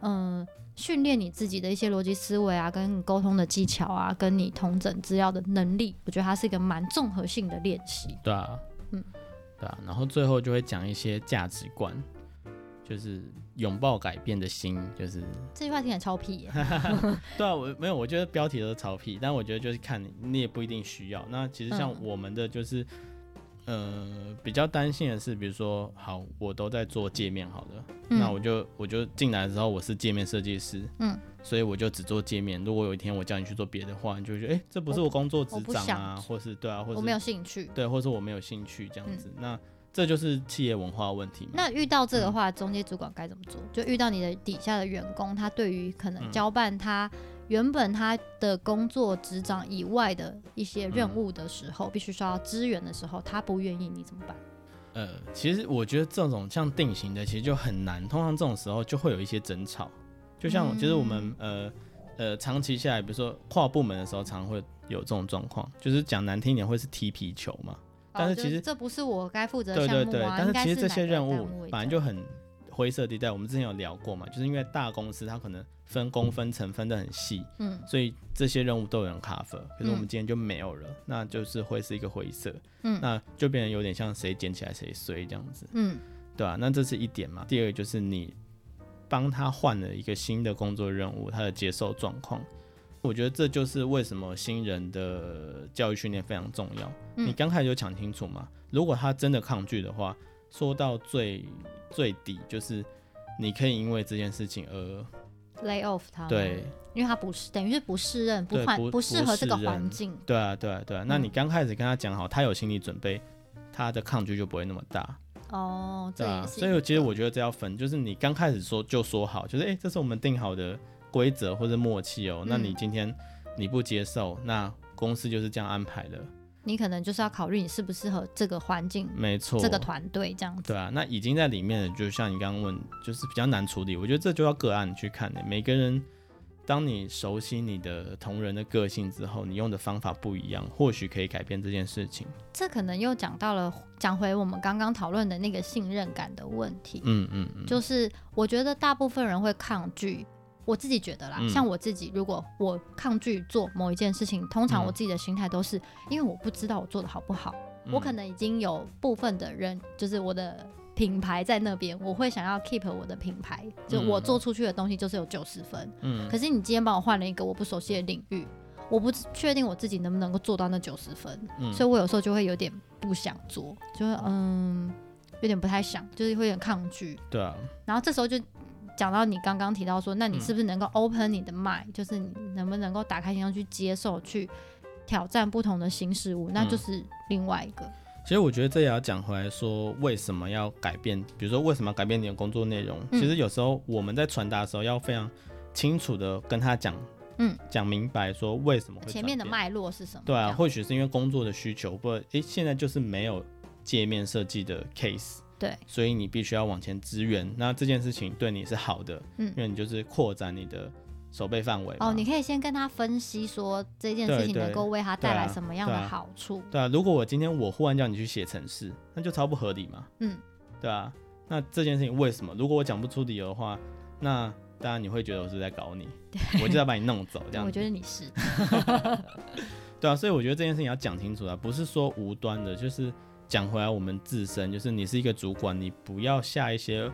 [SPEAKER 2] 嗯、训练你自己的一些逻辑思维啊，跟你沟通的技巧啊，跟你同整资料的能力，我觉得它是一个蛮综合性的练习。
[SPEAKER 3] 对啊，
[SPEAKER 2] 嗯
[SPEAKER 3] 对啊，然后最后就会讲一些价值观，就是拥抱改变的心，就是
[SPEAKER 2] 这句话听起来超屁耶、
[SPEAKER 3] 对啊，我没有，我觉得标题都是草屁，但我觉得就是看你，你也不一定需要。那其实像
[SPEAKER 2] 嗯
[SPEAKER 3] 我们的就是。呃，比较担心的是，比如说，好，我都在做界面好了，
[SPEAKER 2] 嗯
[SPEAKER 3] 那我就我就进来的时候我是界面设计师，
[SPEAKER 2] 嗯，
[SPEAKER 3] 所以我就只做界面。如果有一天我叫你去做别的话，你就会觉得，哎、这不是我工作职
[SPEAKER 2] 我不
[SPEAKER 3] 掌啊，
[SPEAKER 2] 想
[SPEAKER 3] 或是对啊，或
[SPEAKER 2] 我
[SPEAKER 3] 是
[SPEAKER 2] 没有嗯兴趣。
[SPEAKER 3] 对，或者我没有兴趣这样子。那这就是企业文化问题嘛。
[SPEAKER 2] 那遇到这个
[SPEAKER 3] 嗯
[SPEAKER 2] 话，中介主管该怎么做？就遇到你的底下的员工，他对于可
[SPEAKER 3] 嗯
[SPEAKER 2] 能交办他原本他的工作职掌以外的一些任
[SPEAKER 3] 嗯
[SPEAKER 2] 务的时候，必须需要支援的时候，他不愿意，你怎么办？
[SPEAKER 3] 呃，其实我觉得这种像定型的，其实就很难。通常这种时候就会有一些争吵，就
[SPEAKER 2] 嗯
[SPEAKER 3] 像其实我们、呃呃长期下来，比如说跨部门的时候，常常会有这种状况，就是讲难听一点，会是踢皮球嘛。但是
[SPEAKER 2] 哦就
[SPEAKER 3] 其实
[SPEAKER 2] 这不是我该负责的
[SPEAKER 3] 对
[SPEAKER 2] 项目
[SPEAKER 3] 对
[SPEAKER 2] 啊，
[SPEAKER 3] 对，
[SPEAKER 2] 应
[SPEAKER 3] 但是
[SPEAKER 2] 该
[SPEAKER 3] 其实这些
[SPEAKER 2] 哪个
[SPEAKER 3] 任务
[SPEAKER 2] 单位
[SPEAKER 3] 本来
[SPEAKER 2] 这
[SPEAKER 3] 就
[SPEAKER 2] 样
[SPEAKER 3] 很灰色地带。我们之前有聊过嘛，就是因为大公司它可能分工分层分得很细，
[SPEAKER 2] 嗯
[SPEAKER 3] 所以这些任务都有人 cover，可是我们
[SPEAKER 2] 嗯
[SPEAKER 3] 今天就没有了，那就是会是一个灰色，
[SPEAKER 2] 嗯
[SPEAKER 3] 那就变得有点像谁捡起来谁衰这样子，
[SPEAKER 2] 嗯
[SPEAKER 3] 对啊吧、那这是一点嘛。第二个就是你帮他换了一个新的工作任务，他的接受状况，我觉得这就是为什么新人的教育训练非常重要。
[SPEAKER 2] 嗯
[SPEAKER 3] 你刚开始就讲清楚嘛，如果他真的抗拒的话，说到最最底就是你可以因为这件事情而
[SPEAKER 2] lay off 他，
[SPEAKER 3] 对，
[SPEAKER 2] 因为他不是等于是不适任，不
[SPEAKER 3] 对
[SPEAKER 2] 换
[SPEAKER 3] 不
[SPEAKER 2] 不适合这个
[SPEAKER 3] 不适任
[SPEAKER 2] 环境，
[SPEAKER 3] 对啊，对啊，对啊。那你刚开始跟他讲好，他有心理准备，他的抗拒就不会那么大，
[SPEAKER 2] 哦，这
[SPEAKER 3] 对啊。
[SPEAKER 2] 也是一
[SPEAKER 3] 所
[SPEAKER 2] 个，
[SPEAKER 3] 以其实我觉得这要分，就是你刚开始说就说好，就是哎、诶这是我们定好的规则或者默契
[SPEAKER 2] 嗯
[SPEAKER 3] 哦。那你今天你不接受，那公司就是这样安排的，
[SPEAKER 2] 你可能就是要考虑你适不适合这个环境、
[SPEAKER 3] 没错。
[SPEAKER 2] 这个团队这样子。
[SPEAKER 3] 对啊，那已经在里面了，就像你刚刚问，就是比较难处理。我觉得这就要个案去看的、欸每个人，当你熟悉你的同仁的个性之后，你用的方法不一样，或许可以改变这件事情。
[SPEAKER 2] 这可能又讲到了，讲回我们刚刚讨论的那个信任感的问题，
[SPEAKER 3] 嗯嗯嗯，
[SPEAKER 2] 就是我觉得大部分人会抗拒。我自己觉得啦，
[SPEAKER 3] 嗯
[SPEAKER 2] 像我自己，如果我抗拒做某一件事情，通常
[SPEAKER 3] 嗯
[SPEAKER 2] 我自己的心态都是，因为我不知道我做的好不好，我可
[SPEAKER 3] 嗯
[SPEAKER 2] 能已经有部分的人，就是我的品牌在那边，我会想要 keep 我的品牌，就我
[SPEAKER 3] 嗯
[SPEAKER 2] 做出去的东西就是有九十分。
[SPEAKER 3] 嗯
[SPEAKER 2] 可是你今天帮我换了一个我不熟悉的领域，我不知确定我自己能不能够做到那九十分，
[SPEAKER 3] 嗯哦
[SPEAKER 2] 所以我有时候就会有点不想做，就是嗯，有点不太想，就是会有点抗拒。
[SPEAKER 3] 对啊，
[SPEAKER 2] 然后这时候就讲到你刚刚提到说，那你
[SPEAKER 3] 嗯
[SPEAKER 2] 是不是能够 open 你的 mind，、就是你能不能够打开心胸去接受、去挑战不同的新事物，那
[SPEAKER 3] 嗯
[SPEAKER 2] 就是另外一个。
[SPEAKER 3] 其实我觉得这也要讲回来说，为什么要改变？比如说为什么要改变你的工作内容？
[SPEAKER 2] 嗯
[SPEAKER 3] 其实有时候我们在传达的时候，要非常清楚的跟他讲，
[SPEAKER 2] 嗯，
[SPEAKER 3] 讲明白说为什么会
[SPEAKER 2] 前面的
[SPEAKER 3] 转变
[SPEAKER 2] 脉络是什么？
[SPEAKER 3] 对
[SPEAKER 2] 这
[SPEAKER 3] 啊，
[SPEAKER 2] 样
[SPEAKER 3] 或许是因为工作的需求，不，诶、现在就是没有界面设计的 case，
[SPEAKER 2] 对，
[SPEAKER 3] 所以你必须要往前支援。那这件事情对你是好的，
[SPEAKER 2] 嗯
[SPEAKER 3] 因为你就是扩展你的手背范围嘛。
[SPEAKER 2] 哦，你可以先跟他分析说这件事
[SPEAKER 3] 啊对
[SPEAKER 2] 情
[SPEAKER 3] 对
[SPEAKER 2] 能够为他带来
[SPEAKER 3] 对啊
[SPEAKER 2] 什么样的
[SPEAKER 3] 对啊
[SPEAKER 2] 好处。
[SPEAKER 3] 对啊，如果我今天我忽然叫你去写程式，那就超不合理嘛。
[SPEAKER 2] 嗯，
[SPEAKER 3] 对啊，那这件事情为什么？如果我讲不出理由的话，那当然你会觉得我是在搞你，我就要把你弄走这样
[SPEAKER 2] 我
[SPEAKER 3] 子
[SPEAKER 2] 觉。得你是，
[SPEAKER 3] 对啊，所以我觉得这件事情要讲清楚啊，不是说无端的，就是讲回来我们自身，就是你是一个主管，你不要下一些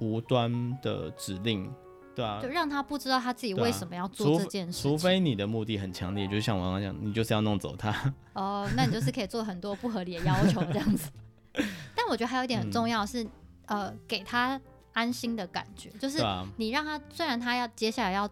[SPEAKER 3] 无端的指令，对啊
[SPEAKER 2] 就，让他不知道他自己
[SPEAKER 3] 对啊
[SPEAKER 2] 为什么要
[SPEAKER 3] 除
[SPEAKER 2] 做这
[SPEAKER 3] 非
[SPEAKER 2] 件事情。
[SPEAKER 3] 除非你的目的很强烈，就像我刚刚讲，你就是要弄走他，
[SPEAKER 2] 哦，那你就是可以做很多不合理的要求这样子。 但我觉得还有一点很
[SPEAKER 3] 嗯
[SPEAKER 2] 重要是，呃，给他安心的感觉，就
[SPEAKER 3] 对
[SPEAKER 2] 是
[SPEAKER 3] 啊，
[SPEAKER 2] 你让他虽然他要接下来要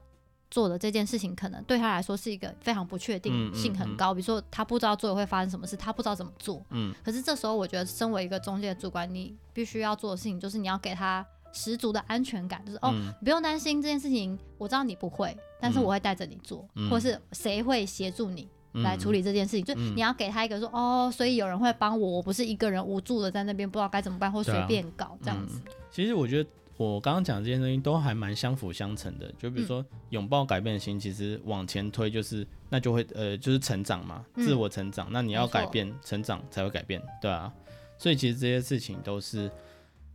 [SPEAKER 2] 做的这件事情，可能对他来说是一个非常不确
[SPEAKER 3] 嗯
[SPEAKER 2] 定性很高，比如说他不知道做了会发生什么事，他不知道怎么做。
[SPEAKER 3] 嗯，
[SPEAKER 2] 可是这时候，我觉得身为一个中介主管，你必须要做的事情就是你要给他十足的安全感，就是哦，
[SPEAKER 3] 嗯
[SPEAKER 2] 你不用担心这件事情，我知道你不会，但是我会带着你做，
[SPEAKER 3] 嗯
[SPEAKER 2] 或是谁会协助你来处
[SPEAKER 3] 理，
[SPEAKER 2] 理这件事情。就
[SPEAKER 3] 嗯
[SPEAKER 2] 你要给他一个说哦，所以有人会帮我，我不是一个人无助的在那边不知道该怎么办或
[SPEAKER 3] 对
[SPEAKER 2] 随
[SPEAKER 3] 啊
[SPEAKER 2] 便搞这样子。
[SPEAKER 3] 其实我觉得。我刚刚讲这些东西都还蛮相辅相成的，就比如说拥抱改变的心，其实往前推就是那就会呃就是成长嘛，
[SPEAKER 2] 嗯
[SPEAKER 3] 自我成长。那你要
[SPEAKER 2] 没错
[SPEAKER 3] 改变，成长才会改变，对啊。所以其实这些事情都是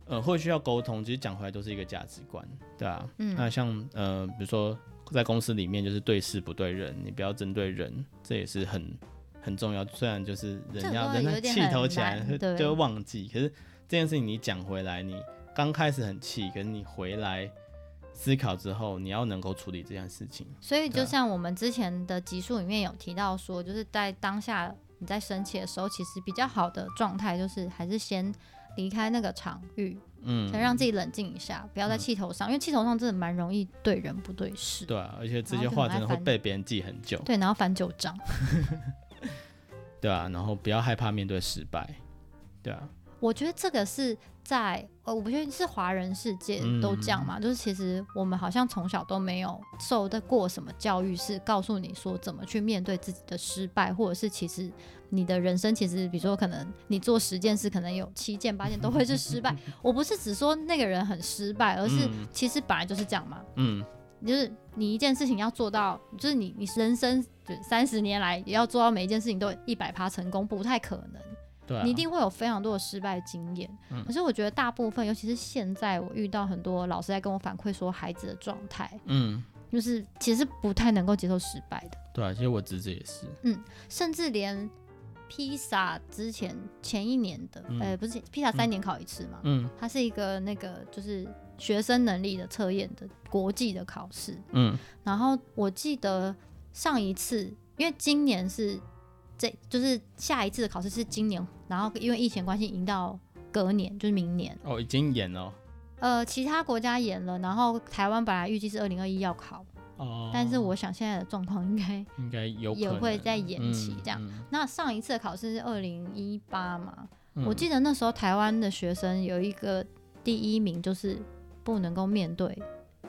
[SPEAKER 3] 呃会需要沟通，其实讲回来都是一个价值观，对啊。
[SPEAKER 2] 嗯
[SPEAKER 3] 那像呃比如说在公司里面就是对事不对人，你不要针对人，这也是很很重要。虽然就是人
[SPEAKER 2] 这
[SPEAKER 3] 家
[SPEAKER 2] 个
[SPEAKER 3] 人
[SPEAKER 2] 有
[SPEAKER 3] 家
[SPEAKER 2] 点
[SPEAKER 3] 气
[SPEAKER 2] 很
[SPEAKER 3] 头起来
[SPEAKER 2] 难
[SPEAKER 3] 会
[SPEAKER 2] 对
[SPEAKER 3] 就会忘记，可是这件事情你讲回来你。刚开始很气，可是你回来思考之后，你要能够处理这件事情。
[SPEAKER 2] 所以
[SPEAKER 3] 对
[SPEAKER 2] 就
[SPEAKER 3] 啊
[SPEAKER 2] 像我们之前的集数里面有提到说，就是在当下你在生气的时候，其实比较好的状态就是还是先离开那个场域，
[SPEAKER 3] 嗯，
[SPEAKER 2] 先让自己冷静一下，不要在气头上，因为气头上真的蛮容易对人不对事。
[SPEAKER 3] 对啊，而且这些话真的会被别人记很久，
[SPEAKER 2] 对，然后翻旧账。
[SPEAKER 3] 对啊，然后不要害怕面对失败，对啊，
[SPEAKER 2] 我觉得这个是在呃，我不确定是华人世界
[SPEAKER 3] 嗯
[SPEAKER 2] 都这样嘛，就是其实我们好像从小都没有受得过什么教育，是告诉你说怎么去面对自己的失败，或者是其实你的人生其实，比如说可能你做十件事，可能有七件八件都会是失 败。我不是只说那个人很失败，而是
[SPEAKER 3] 嗯
[SPEAKER 2] 其实本来就是这样嘛，
[SPEAKER 3] 嗯，
[SPEAKER 2] 就是你一件事情要做到，就是你你人生三十年来也要做到每一件事情都一百趴成功，不太可能。
[SPEAKER 3] 对啊，
[SPEAKER 2] 你一定会有非常多的失败经验。
[SPEAKER 3] 嗯
[SPEAKER 2] 可是我觉得大部分，尤其是现在，我遇到很多老师在跟我反馈说孩子的状态，
[SPEAKER 3] 嗯，
[SPEAKER 2] 就是其实不太能够接受失败的，
[SPEAKER 3] 对啊，其实我侄子也是，
[SPEAKER 2] 甚至连披萨之前前一年的，
[SPEAKER 3] 嗯
[SPEAKER 2] 呃，不是披萨三年考一次嘛，
[SPEAKER 3] 嗯
[SPEAKER 2] 它是一个那个就是学生能力的测验的国际的考试。
[SPEAKER 3] 嗯
[SPEAKER 2] 然后我记得上一次，因为今年是这就是下一次的考试是今年，然后因为疫情关系，移到隔年，就是明年。
[SPEAKER 3] 哦，已经演了哦，
[SPEAKER 2] 呃，其他国家延了，然后台湾本来预计是二零二一要考，
[SPEAKER 3] 哦，
[SPEAKER 2] 但是我想现在的状况应该
[SPEAKER 3] 应该有
[SPEAKER 2] 也
[SPEAKER 3] 可
[SPEAKER 2] 会
[SPEAKER 3] 能
[SPEAKER 2] 再延期
[SPEAKER 3] 嗯
[SPEAKER 2] 这样。
[SPEAKER 3] 嗯
[SPEAKER 2] 那上一次的考试是二零一八嘛，我
[SPEAKER 3] 嗯
[SPEAKER 2] 记得那时候台湾的学生有一个第一名就是不能够面对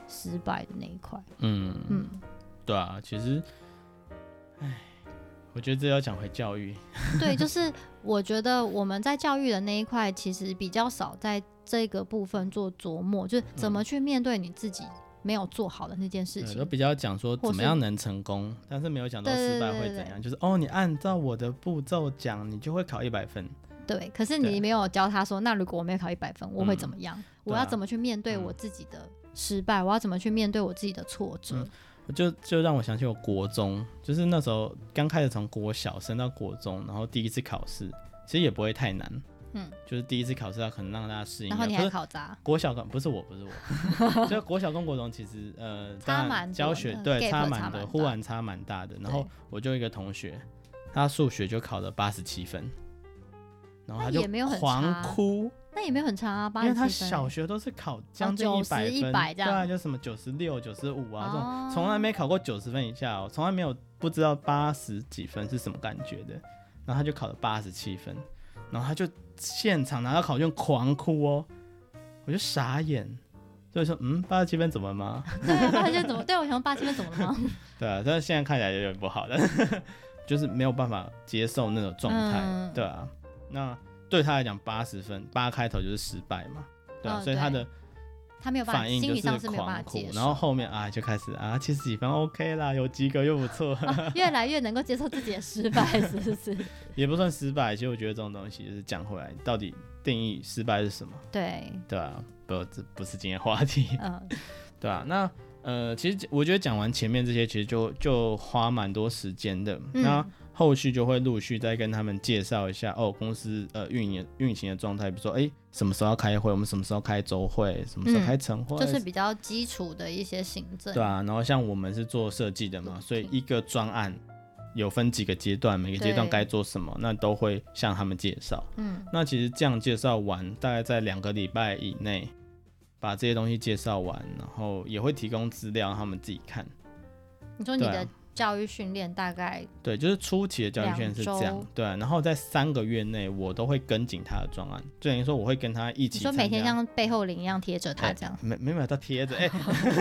[SPEAKER 2] 失败的那一块，
[SPEAKER 3] 嗯嗯，
[SPEAKER 2] 嗯，
[SPEAKER 3] 对啊，其实，哎，我觉得这要讲回教育，
[SPEAKER 2] 对，就是我觉得我们在教育的那一块，其实比较少在这个部分做琢磨，就是怎么去面对你自己没有做好的那件事
[SPEAKER 3] 嗯对
[SPEAKER 2] 情。
[SPEAKER 3] 都比较讲说
[SPEAKER 2] 或
[SPEAKER 3] 怎
[SPEAKER 2] 是
[SPEAKER 3] 么样能成功，但是没有讲到
[SPEAKER 2] 对对
[SPEAKER 3] 失败
[SPEAKER 2] 对
[SPEAKER 3] 会
[SPEAKER 2] 对
[SPEAKER 3] 怎
[SPEAKER 2] 对
[SPEAKER 3] 样，就是哦，你按照我的步骤讲，你就会考一百分。
[SPEAKER 2] 对，可是
[SPEAKER 3] 对
[SPEAKER 2] 你没有教他说，那如果我没有考一百分，我会怎么样？我要
[SPEAKER 3] 对啊
[SPEAKER 2] 怎么去面对
[SPEAKER 3] 嗯
[SPEAKER 2] 我自己的失败？我要怎么去面对我自己的挫折？
[SPEAKER 3] 嗯就就让我想起我国中，就是那时候刚开始从国小升到国中，然后第一次考试，其实也不会太难，
[SPEAKER 2] 嗯，
[SPEAKER 3] 就是第一次考试要可能让大家适应一
[SPEAKER 2] 然
[SPEAKER 3] 下。
[SPEAKER 2] 后你
[SPEAKER 3] 不
[SPEAKER 2] 还
[SPEAKER 3] 是
[SPEAKER 2] 考砸，
[SPEAKER 3] 国小跟不是我不是我， 就国小跟国中其实呃，
[SPEAKER 2] 差
[SPEAKER 3] 当然
[SPEAKER 2] 蛮多
[SPEAKER 3] 教学
[SPEAKER 2] 的嗯
[SPEAKER 3] 对
[SPEAKER 2] gap
[SPEAKER 3] 差
[SPEAKER 2] 差
[SPEAKER 3] 蛮
[SPEAKER 2] 蛮
[SPEAKER 3] 多，
[SPEAKER 2] 大
[SPEAKER 3] 忽然差蛮大的。然后
[SPEAKER 2] 对
[SPEAKER 3] 我就有一个同学，他数学就考了八十七分，然后他
[SPEAKER 2] 那
[SPEAKER 3] 就
[SPEAKER 2] 也没有很
[SPEAKER 3] 狂
[SPEAKER 2] 差啊
[SPEAKER 3] 哭，
[SPEAKER 2] 那也没有很差啊，八
[SPEAKER 3] 因为
[SPEAKER 2] 十
[SPEAKER 3] 他
[SPEAKER 2] 七
[SPEAKER 3] 小
[SPEAKER 2] 分。哦
[SPEAKER 3] 学都是考将近一百
[SPEAKER 2] 90
[SPEAKER 3] 分，
[SPEAKER 2] 100这
[SPEAKER 3] 对
[SPEAKER 2] 样
[SPEAKER 3] 啊，就什么九十六、九十五啊这种，
[SPEAKER 2] 哦
[SPEAKER 3] 从来没考过九十分以下哦，从来没有不知道八十几分是什么感觉的。然后他就考了八十七分，然后他就现场拿到考卷狂哭哦，我就傻眼，所以说嗯，八十七分怎么了吗？
[SPEAKER 2] 对啊，八十七怎么？对我想说八十七分怎么了吗？
[SPEAKER 3] 对啊，但是现在看起来有点不好，但是 就是没有办法接受那种状态，
[SPEAKER 2] 嗯
[SPEAKER 3] 对啊。那对他来讲，八十分八开头就是失败嘛，对啊，
[SPEAKER 2] 嗯
[SPEAKER 3] 所以他
[SPEAKER 2] 对
[SPEAKER 3] 的
[SPEAKER 2] 他没有办法，
[SPEAKER 3] 反应
[SPEAKER 2] 心
[SPEAKER 3] 就
[SPEAKER 2] 理上是没有办法
[SPEAKER 3] 狂哭
[SPEAKER 2] 接，受，
[SPEAKER 3] 然后后面啊就开始啊七十几分 OK 啦，有及格又不错，
[SPEAKER 2] 哦越来越能够接受自己的失败，是不是？
[SPEAKER 3] 也不算失败。其实我觉得这种东西就是讲回来，到底定义失败是什么，
[SPEAKER 2] 对，
[SPEAKER 3] 对啊，不，这不是今天话题，
[SPEAKER 2] 嗯，
[SPEAKER 3] 对啊，那呃，其实我觉得讲完前面这些，其实就就花蛮多时间的。
[SPEAKER 2] 嗯
[SPEAKER 3] 那后续就会陆续再跟他们介绍一下哦，公司呃运营运行的状态，比如说哎、什么时候要开会，我们什么时候开周会，什么时候
[SPEAKER 2] 嗯
[SPEAKER 3] 开晨会，
[SPEAKER 2] 就是比较基础的一些行政。
[SPEAKER 3] 对啊，然后像我们是做设计的嘛，所以一个专案有分几个阶段，每个阶段
[SPEAKER 2] 对
[SPEAKER 3] 该做什么，那都会向他们介绍。
[SPEAKER 2] 嗯，
[SPEAKER 3] 那其实这样介绍完，大概在两个礼拜以内把这些东西介绍完，然后也会提供资料让他们自己看。
[SPEAKER 2] 你说你
[SPEAKER 3] 对
[SPEAKER 2] 的
[SPEAKER 3] 啊
[SPEAKER 2] 教育训练大概
[SPEAKER 3] 对，就是初期的教育训
[SPEAKER 2] 两
[SPEAKER 3] 是这样
[SPEAKER 2] 周，
[SPEAKER 3] 对啊、然后在三个月内，我都会跟紧他的专案，就等于说我会跟他一
[SPEAKER 2] 你
[SPEAKER 3] 起
[SPEAKER 2] 说
[SPEAKER 3] 参加。
[SPEAKER 2] 每天 像背后铃一样贴着他
[SPEAKER 3] 哎
[SPEAKER 2] 这样。
[SPEAKER 3] 没没买到贴 着，哎、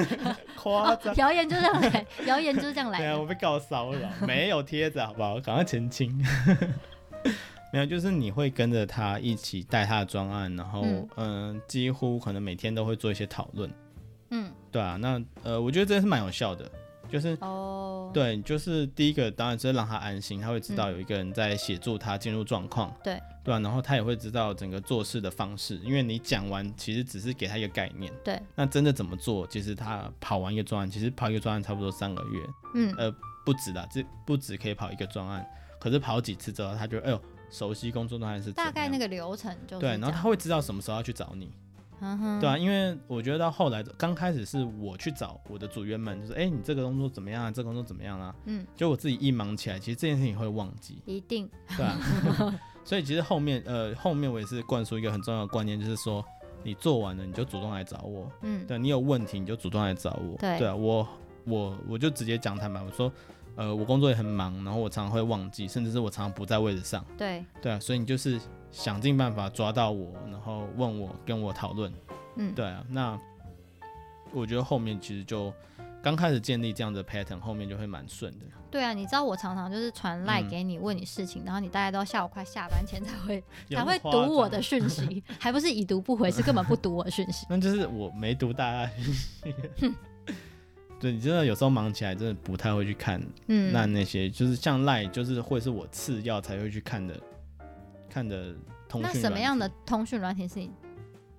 [SPEAKER 3] 夸
[SPEAKER 2] 哦
[SPEAKER 3] 张，。
[SPEAKER 2] 谣言就是这样来，谣言就是这样来
[SPEAKER 3] 对啊，我
[SPEAKER 2] 的。
[SPEAKER 3] 被告 骚扰，没有贴着好不好？赶快澄清。 没有，就是你会跟着他一起带他的专案，然后嗯
[SPEAKER 2] 嗯、
[SPEAKER 3] 几乎可能每天都会做一些讨论，
[SPEAKER 2] 嗯，
[SPEAKER 3] 对啊，那呃，我觉得这是蛮有效的，就是
[SPEAKER 2] 哦，
[SPEAKER 3] 对，就是第一个当然是让他安心，他会知道
[SPEAKER 2] 嗯
[SPEAKER 3] 有一个人在协助他进入状况，
[SPEAKER 2] 对
[SPEAKER 3] 对啊，然后他也会知道整个做事的方式，因为你讲完其实只是给他一个概念，
[SPEAKER 2] 对，
[SPEAKER 3] 那真的怎么做，其实他跑完一个专案，其实跑一个专案差不多三个月，
[SPEAKER 2] 嗯，
[SPEAKER 3] 呃不止啦，这不止可以跑一个专案，可是跑几次之后，他就哎呦熟悉工作状态是怎
[SPEAKER 2] 大概
[SPEAKER 3] 样
[SPEAKER 2] 那个流程就是
[SPEAKER 3] 对，然后
[SPEAKER 2] 这
[SPEAKER 3] 他
[SPEAKER 2] 样
[SPEAKER 3] 会知道什么时候要去找你，
[SPEAKER 2] 嗯哼，
[SPEAKER 3] 对啊，因为我觉得到后来刚开始是我去找我的组员们，就是哎你这个工作怎么样啊，这个工作怎么样啊，
[SPEAKER 2] 嗯，
[SPEAKER 3] 就我自己一忙起来，其实这件事情会忘记，
[SPEAKER 2] 一定
[SPEAKER 3] 对啊， 所以其实后面呃后面我也是灌输一个很重要的观念，就是说你做完了你就主动来找我，
[SPEAKER 2] 嗯，
[SPEAKER 3] 对你有问题你就主动来找我。
[SPEAKER 2] 对
[SPEAKER 3] 啊，我我我就直接讲坦白，我说，呃，我工作也很忙，然后我常常会忘记，甚至是我常常不在位置上。
[SPEAKER 2] 对，
[SPEAKER 3] 对啊，所以你就是想尽办法抓到我，然后问我，跟我讨论。
[SPEAKER 2] 嗯，
[SPEAKER 3] 对啊，那我觉得后面其实就刚开始建立这样的 pattern，后面就会蛮顺的。
[SPEAKER 2] 对啊，你知道我常常就是传赖
[SPEAKER 3] 嗯
[SPEAKER 2] 给你问你事情，然后你大概到下午快下班前才会才
[SPEAKER 3] 有那么
[SPEAKER 2] 会
[SPEAKER 3] 夸
[SPEAKER 2] 读我
[SPEAKER 3] 张
[SPEAKER 2] 的。讯 息，还不是已读不回，是根本不读我的讯息。
[SPEAKER 3] 那就是我没读大家的讯息。 对你真的有时候忙起来，真的不太会去看
[SPEAKER 2] 嗯，
[SPEAKER 3] 那那些就是像赖，就是会是我次要才会去看的，看的通
[SPEAKER 2] 那
[SPEAKER 3] 讯。
[SPEAKER 2] 什么样的？通讯软体是你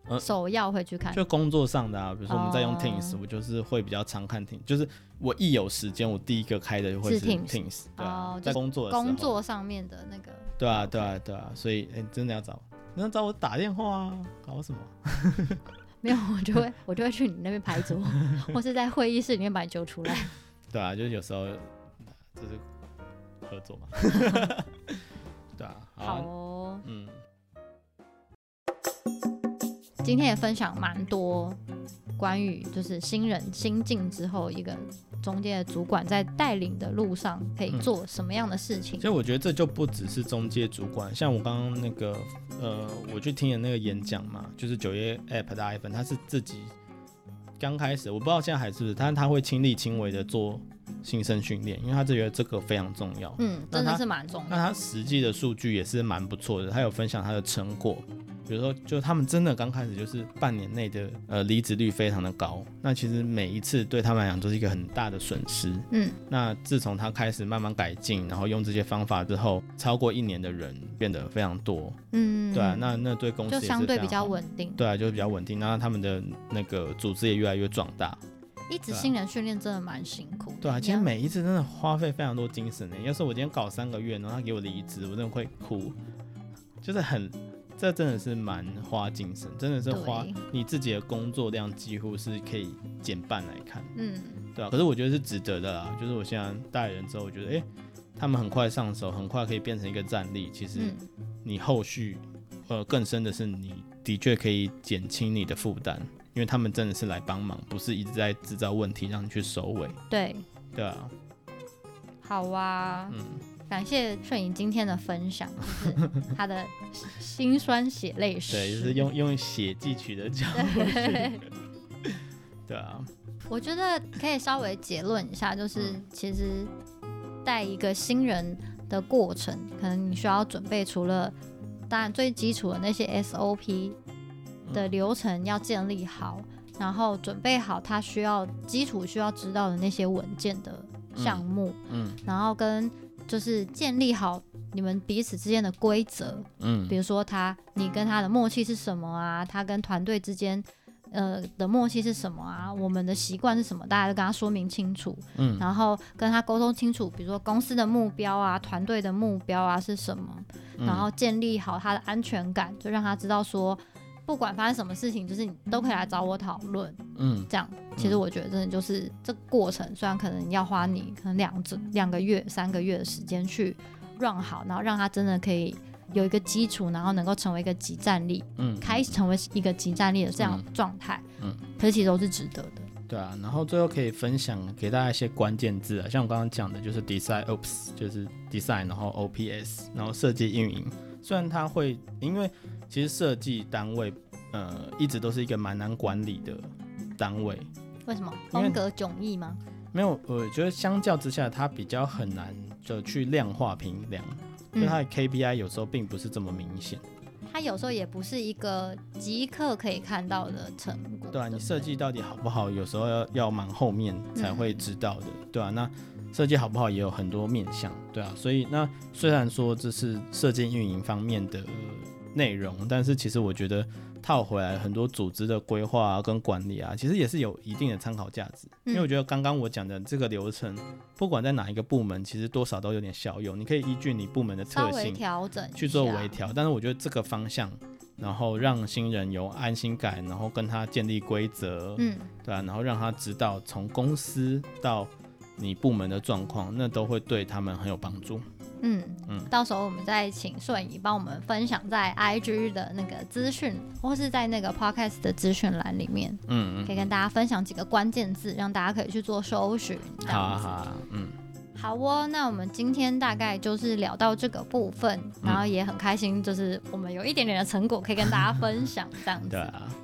[SPEAKER 3] 呃
[SPEAKER 2] 首要会去看？
[SPEAKER 3] 就工作上的啊，比如说我们在用
[SPEAKER 2] 哦
[SPEAKER 3] Teams，、我就是会比较常看 Teams，就是我一有时间，我第一个开的会是
[SPEAKER 2] 是 Teams
[SPEAKER 3] Teams，对啊，
[SPEAKER 2] 哦就
[SPEAKER 3] 在工作的时候
[SPEAKER 2] 工，作上面的那个，
[SPEAKER 3] 对啊，对啊，对啊，所以哎、真的要找，你要找我打电话啊，搞什么？
[SPEAKER 2] 没有，我就 会我就会去你那边排桌，或是在会议室里面把你揪出来。
[SPEAKER 3] 对啊，就是有时候就是合作嘛，
[SPEAKER 2] 哦
[SPEAKER 3] 对啊，好啊
[SPEAKER 2] 好哦，
[SPEAKER 3] 嗯，
[SPEAKER 2] 今天也分享蛮多关于就是新人新进之后一个中间的主管在带领的路上可以做什么样的事情
[SPEAKER 3] 其。实我觉得嗯这就不只是中介主管，像我刚刚那个呃，我去听的那个演讲嘛，就是九月 App 的 iPhone，他是自己刚开始，我不知道现在还是不是，但是他会亲力亲为的做新生训练，因为他觉得这个非常重要。
[SPEAKER 2] 嗯，
[SPEAKER 3] 那
[SPEAKER 2] 真的
[SPEAKER 3] 他
[SPEAKER 2] 是蛮重
[SPEAKER 3] 那
[SPEAKER 2] 要。
[SPEAKER 3] 他实际的数据也是蛮不错的，他有分享他的成果，比如说，就他们真的刚开始就是半年内的呃离职率非常的高，那其实每一次对他们来讲都是一个很大的损失。
[SPEAKER 2] 嗯，
[SPEAKER 3] 那自从他开始慢慢改进，然后用这些方法之后，超过一年的人变得非常多，
[SPEAKER 2] 嗯，
[SPEAKER 3] 对啊，那那对公司
[SPEAKER 2] 就
[SPEAKER 3] 也是
[SPEAKER 2] 相对比
[SPEAKER 3] 非常
[SPEAKER 2] 较
[SPEAKER 3] 好，
[SPEAKER 2] 稳定。
[SPEAKER 3] 对啊，就是比较稳定，那他们的那个组织也越来越壮大，
[SPEAKER 2] 一直
[SPEAKER 3] 对啊
[SPEAKER 2] 新人训练真的蛮辛苦的。
[SPEAKER 3] 对啊，
[SPEAKER 2] 你
[SPEAKER 3] 其实
[SPEAKER 2] 要
[SPEAKER 3] 每一次真的花费非常多精神呢、要是我今天搞三个月，然后他给我离职，我真的会哭，就是很，这真的是蛮花精神，真的是花
[SPEAKER 2] 对
[SPEAKER 3] 你自己的工作量几乎是可以减半来看，
[SPEAKER 2] 嗯，
[SPEAKER 3] 对啊。可是我觉得是值得的啦，就是我现在带人之后，我觉得诶，他们很快上手，很快可以变成一个战力。其实
[SPEAKER 2] 嗯
[SPEAKER 3] 你后续，呃，更深的是你的确可以减轻你的负担，因为他们真的是来帮忙，不是一直在制造问题让你去收尾，
[SPEAKER 2] 对，
[SPEAKER 3] 对啊，
[SPEAKER 2] 好啊，
[SPEAKER 3] 嗯。
[SPEAKER 2] 感谢顺颖今天的分享，就是他的辛酸血泪史。
[SPEAKER 3] 对，就是用用血汲取的教训。对啊，
[SPEAKER 2] 我觉得可以稍微结论一下，就是
[SPEAKER 3] 嗯
[SPEAKER 2] 其实带一个新人的过程，可能你需要准备除了当然最基础的那些 SOP
[SPEAKER 3] 嗯
[SPEAKER 2] 的流程要建立好，然后准备好他需要基础需要知道的那些文件的项目，
[SPEAKER 3] 嗯
[SPEAKER 2] 然后跟就是建立好你们彼此之间的规则，比
[SPEAKER 3] 嗯
[SPEAKER 2] 如说他，你跟他的默契是什么啊？他跟团队之间，呃的默契是什么啊？我们的习惯是什么？大家都跟他说明清楚，
[SPEAKER 3] 嗯
[SPEAKER 2] 然后跟他沟通清楚，比如说公司的目标啊，团队的目标啊是什么，
[SPEAKER 3] 嗯，
[SPEAKER 2] 然后建立好他的安全感，就让他知道说，不管发生什么事情，就是你都可以来找我讨论。
[SPEAKER 3] 嗯
[SPEAKER 2] 这样，其实我觉得真的就是这个过程，虽然可能要花你可能两整两个月、三个月的时间去 run 好，然后让它真的可以有一个基础，然后能够成为一个集战力，
[SPEAKER 3] 嗯
[SPEAKER 2] 开始成为一个集战力的这样的状态，
[SPEAKER 3] 嗯
[SPEAKER 2] 可是其实都是值得的。
[SPEAKER 3] 对啊，然后最后可以分享给大家一些关键字啊，像我刚刚讲的，就是 design ops，就是 design，然后 ops，然后设计运营。虽然它会，因为其实设计单位呃一直都是一个蛮难管理的单位，
[SPEAKER 2] 为什么
[SPEAKER 3] 因为
[SPEAKER 2] 风格迥异吗？
[SPEAKER 3] 没有，我觉得相较之下，它比较很难的去量化评量，因为它的 KPI 有时候并不是这么明显。
[SPEAKER 2] 它有时候也不是一个即刻可以看到的嗯成果。
[SPEAKER 3] 对啊，你
[SPEAKER 2] 不
[SPEAKER 3] 设计到底好不好，有时候要要蛮后面才会知道的，对啊，那设计好不好也有很多面向，对啊，所以那虽然说这是设计运营方面的呃内容，但是其实我觉得套回来很多组织的规划啊跟管理啊，其实也是有一定的参考价值，因
[SPEAKER 2] 嗯
[SPEAKER 3] 为我觉得刚刚我讲的这个流程，不管在哪一个部门，其实多少都有点效用，你可以依据你部门的
[SPEAKER 2] 稍
[SPEAKER 3] 特
[SPEAKER 2] 微
[SPEAKER 3] 性
[SPEAKER 2] 调整一
[SPEAKER 3] 去做
[SPEAKER 2] 下
[SPEAKER 3] 微调，但是我啊觉得这个方向，然后让新人有安心感，然后跟他建立规则，
[SPEAKER 2] 嗯，
[SPEAKER 3] 对啊，然后让他知道从公司到你部门的状况，那都会对他们很有帮助。
[SPEAKER 2] 嗯，
[SPEAKER 3] 嗯
[SPEAKER 2] 到时候我们再请顺仪帮我们分享在 IG 的那个资讯，或是在那个 Podcast 的资讯栏里面，
[SPEAKER 3] 嗯
[SPEAKER 2] 可以跟大家分享几个关键字，让大家可以去做搜寻。
[SPEAKER 3] 嗯，
[SPEAKER 2] 这
[SPEAKER 3] 好
[SPEAKER 2] 样
[SPEAKER 3] 啊
[SPEAKER 2] 子
[SPEAKER 3] 好啊，嗯
[SPEAKER 2] 好哦，那我们今天大概就是聊到这个部分，然
[SPEAKER 3] 嗯
[SPEAKER 2] 后也很开心，就是我们有一点点的成果可以跟大家分享，这样
[SPEAKER 3] 对
[SPEAKER 2] 子。
[SPEAKER 3] 啊，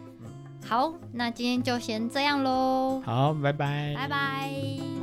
[SPEAKER 2] 好，那今天就先这样喽，
[SPEAKER 3] 好，拜拜，嗯
[SPEAKER 2] 拜拜。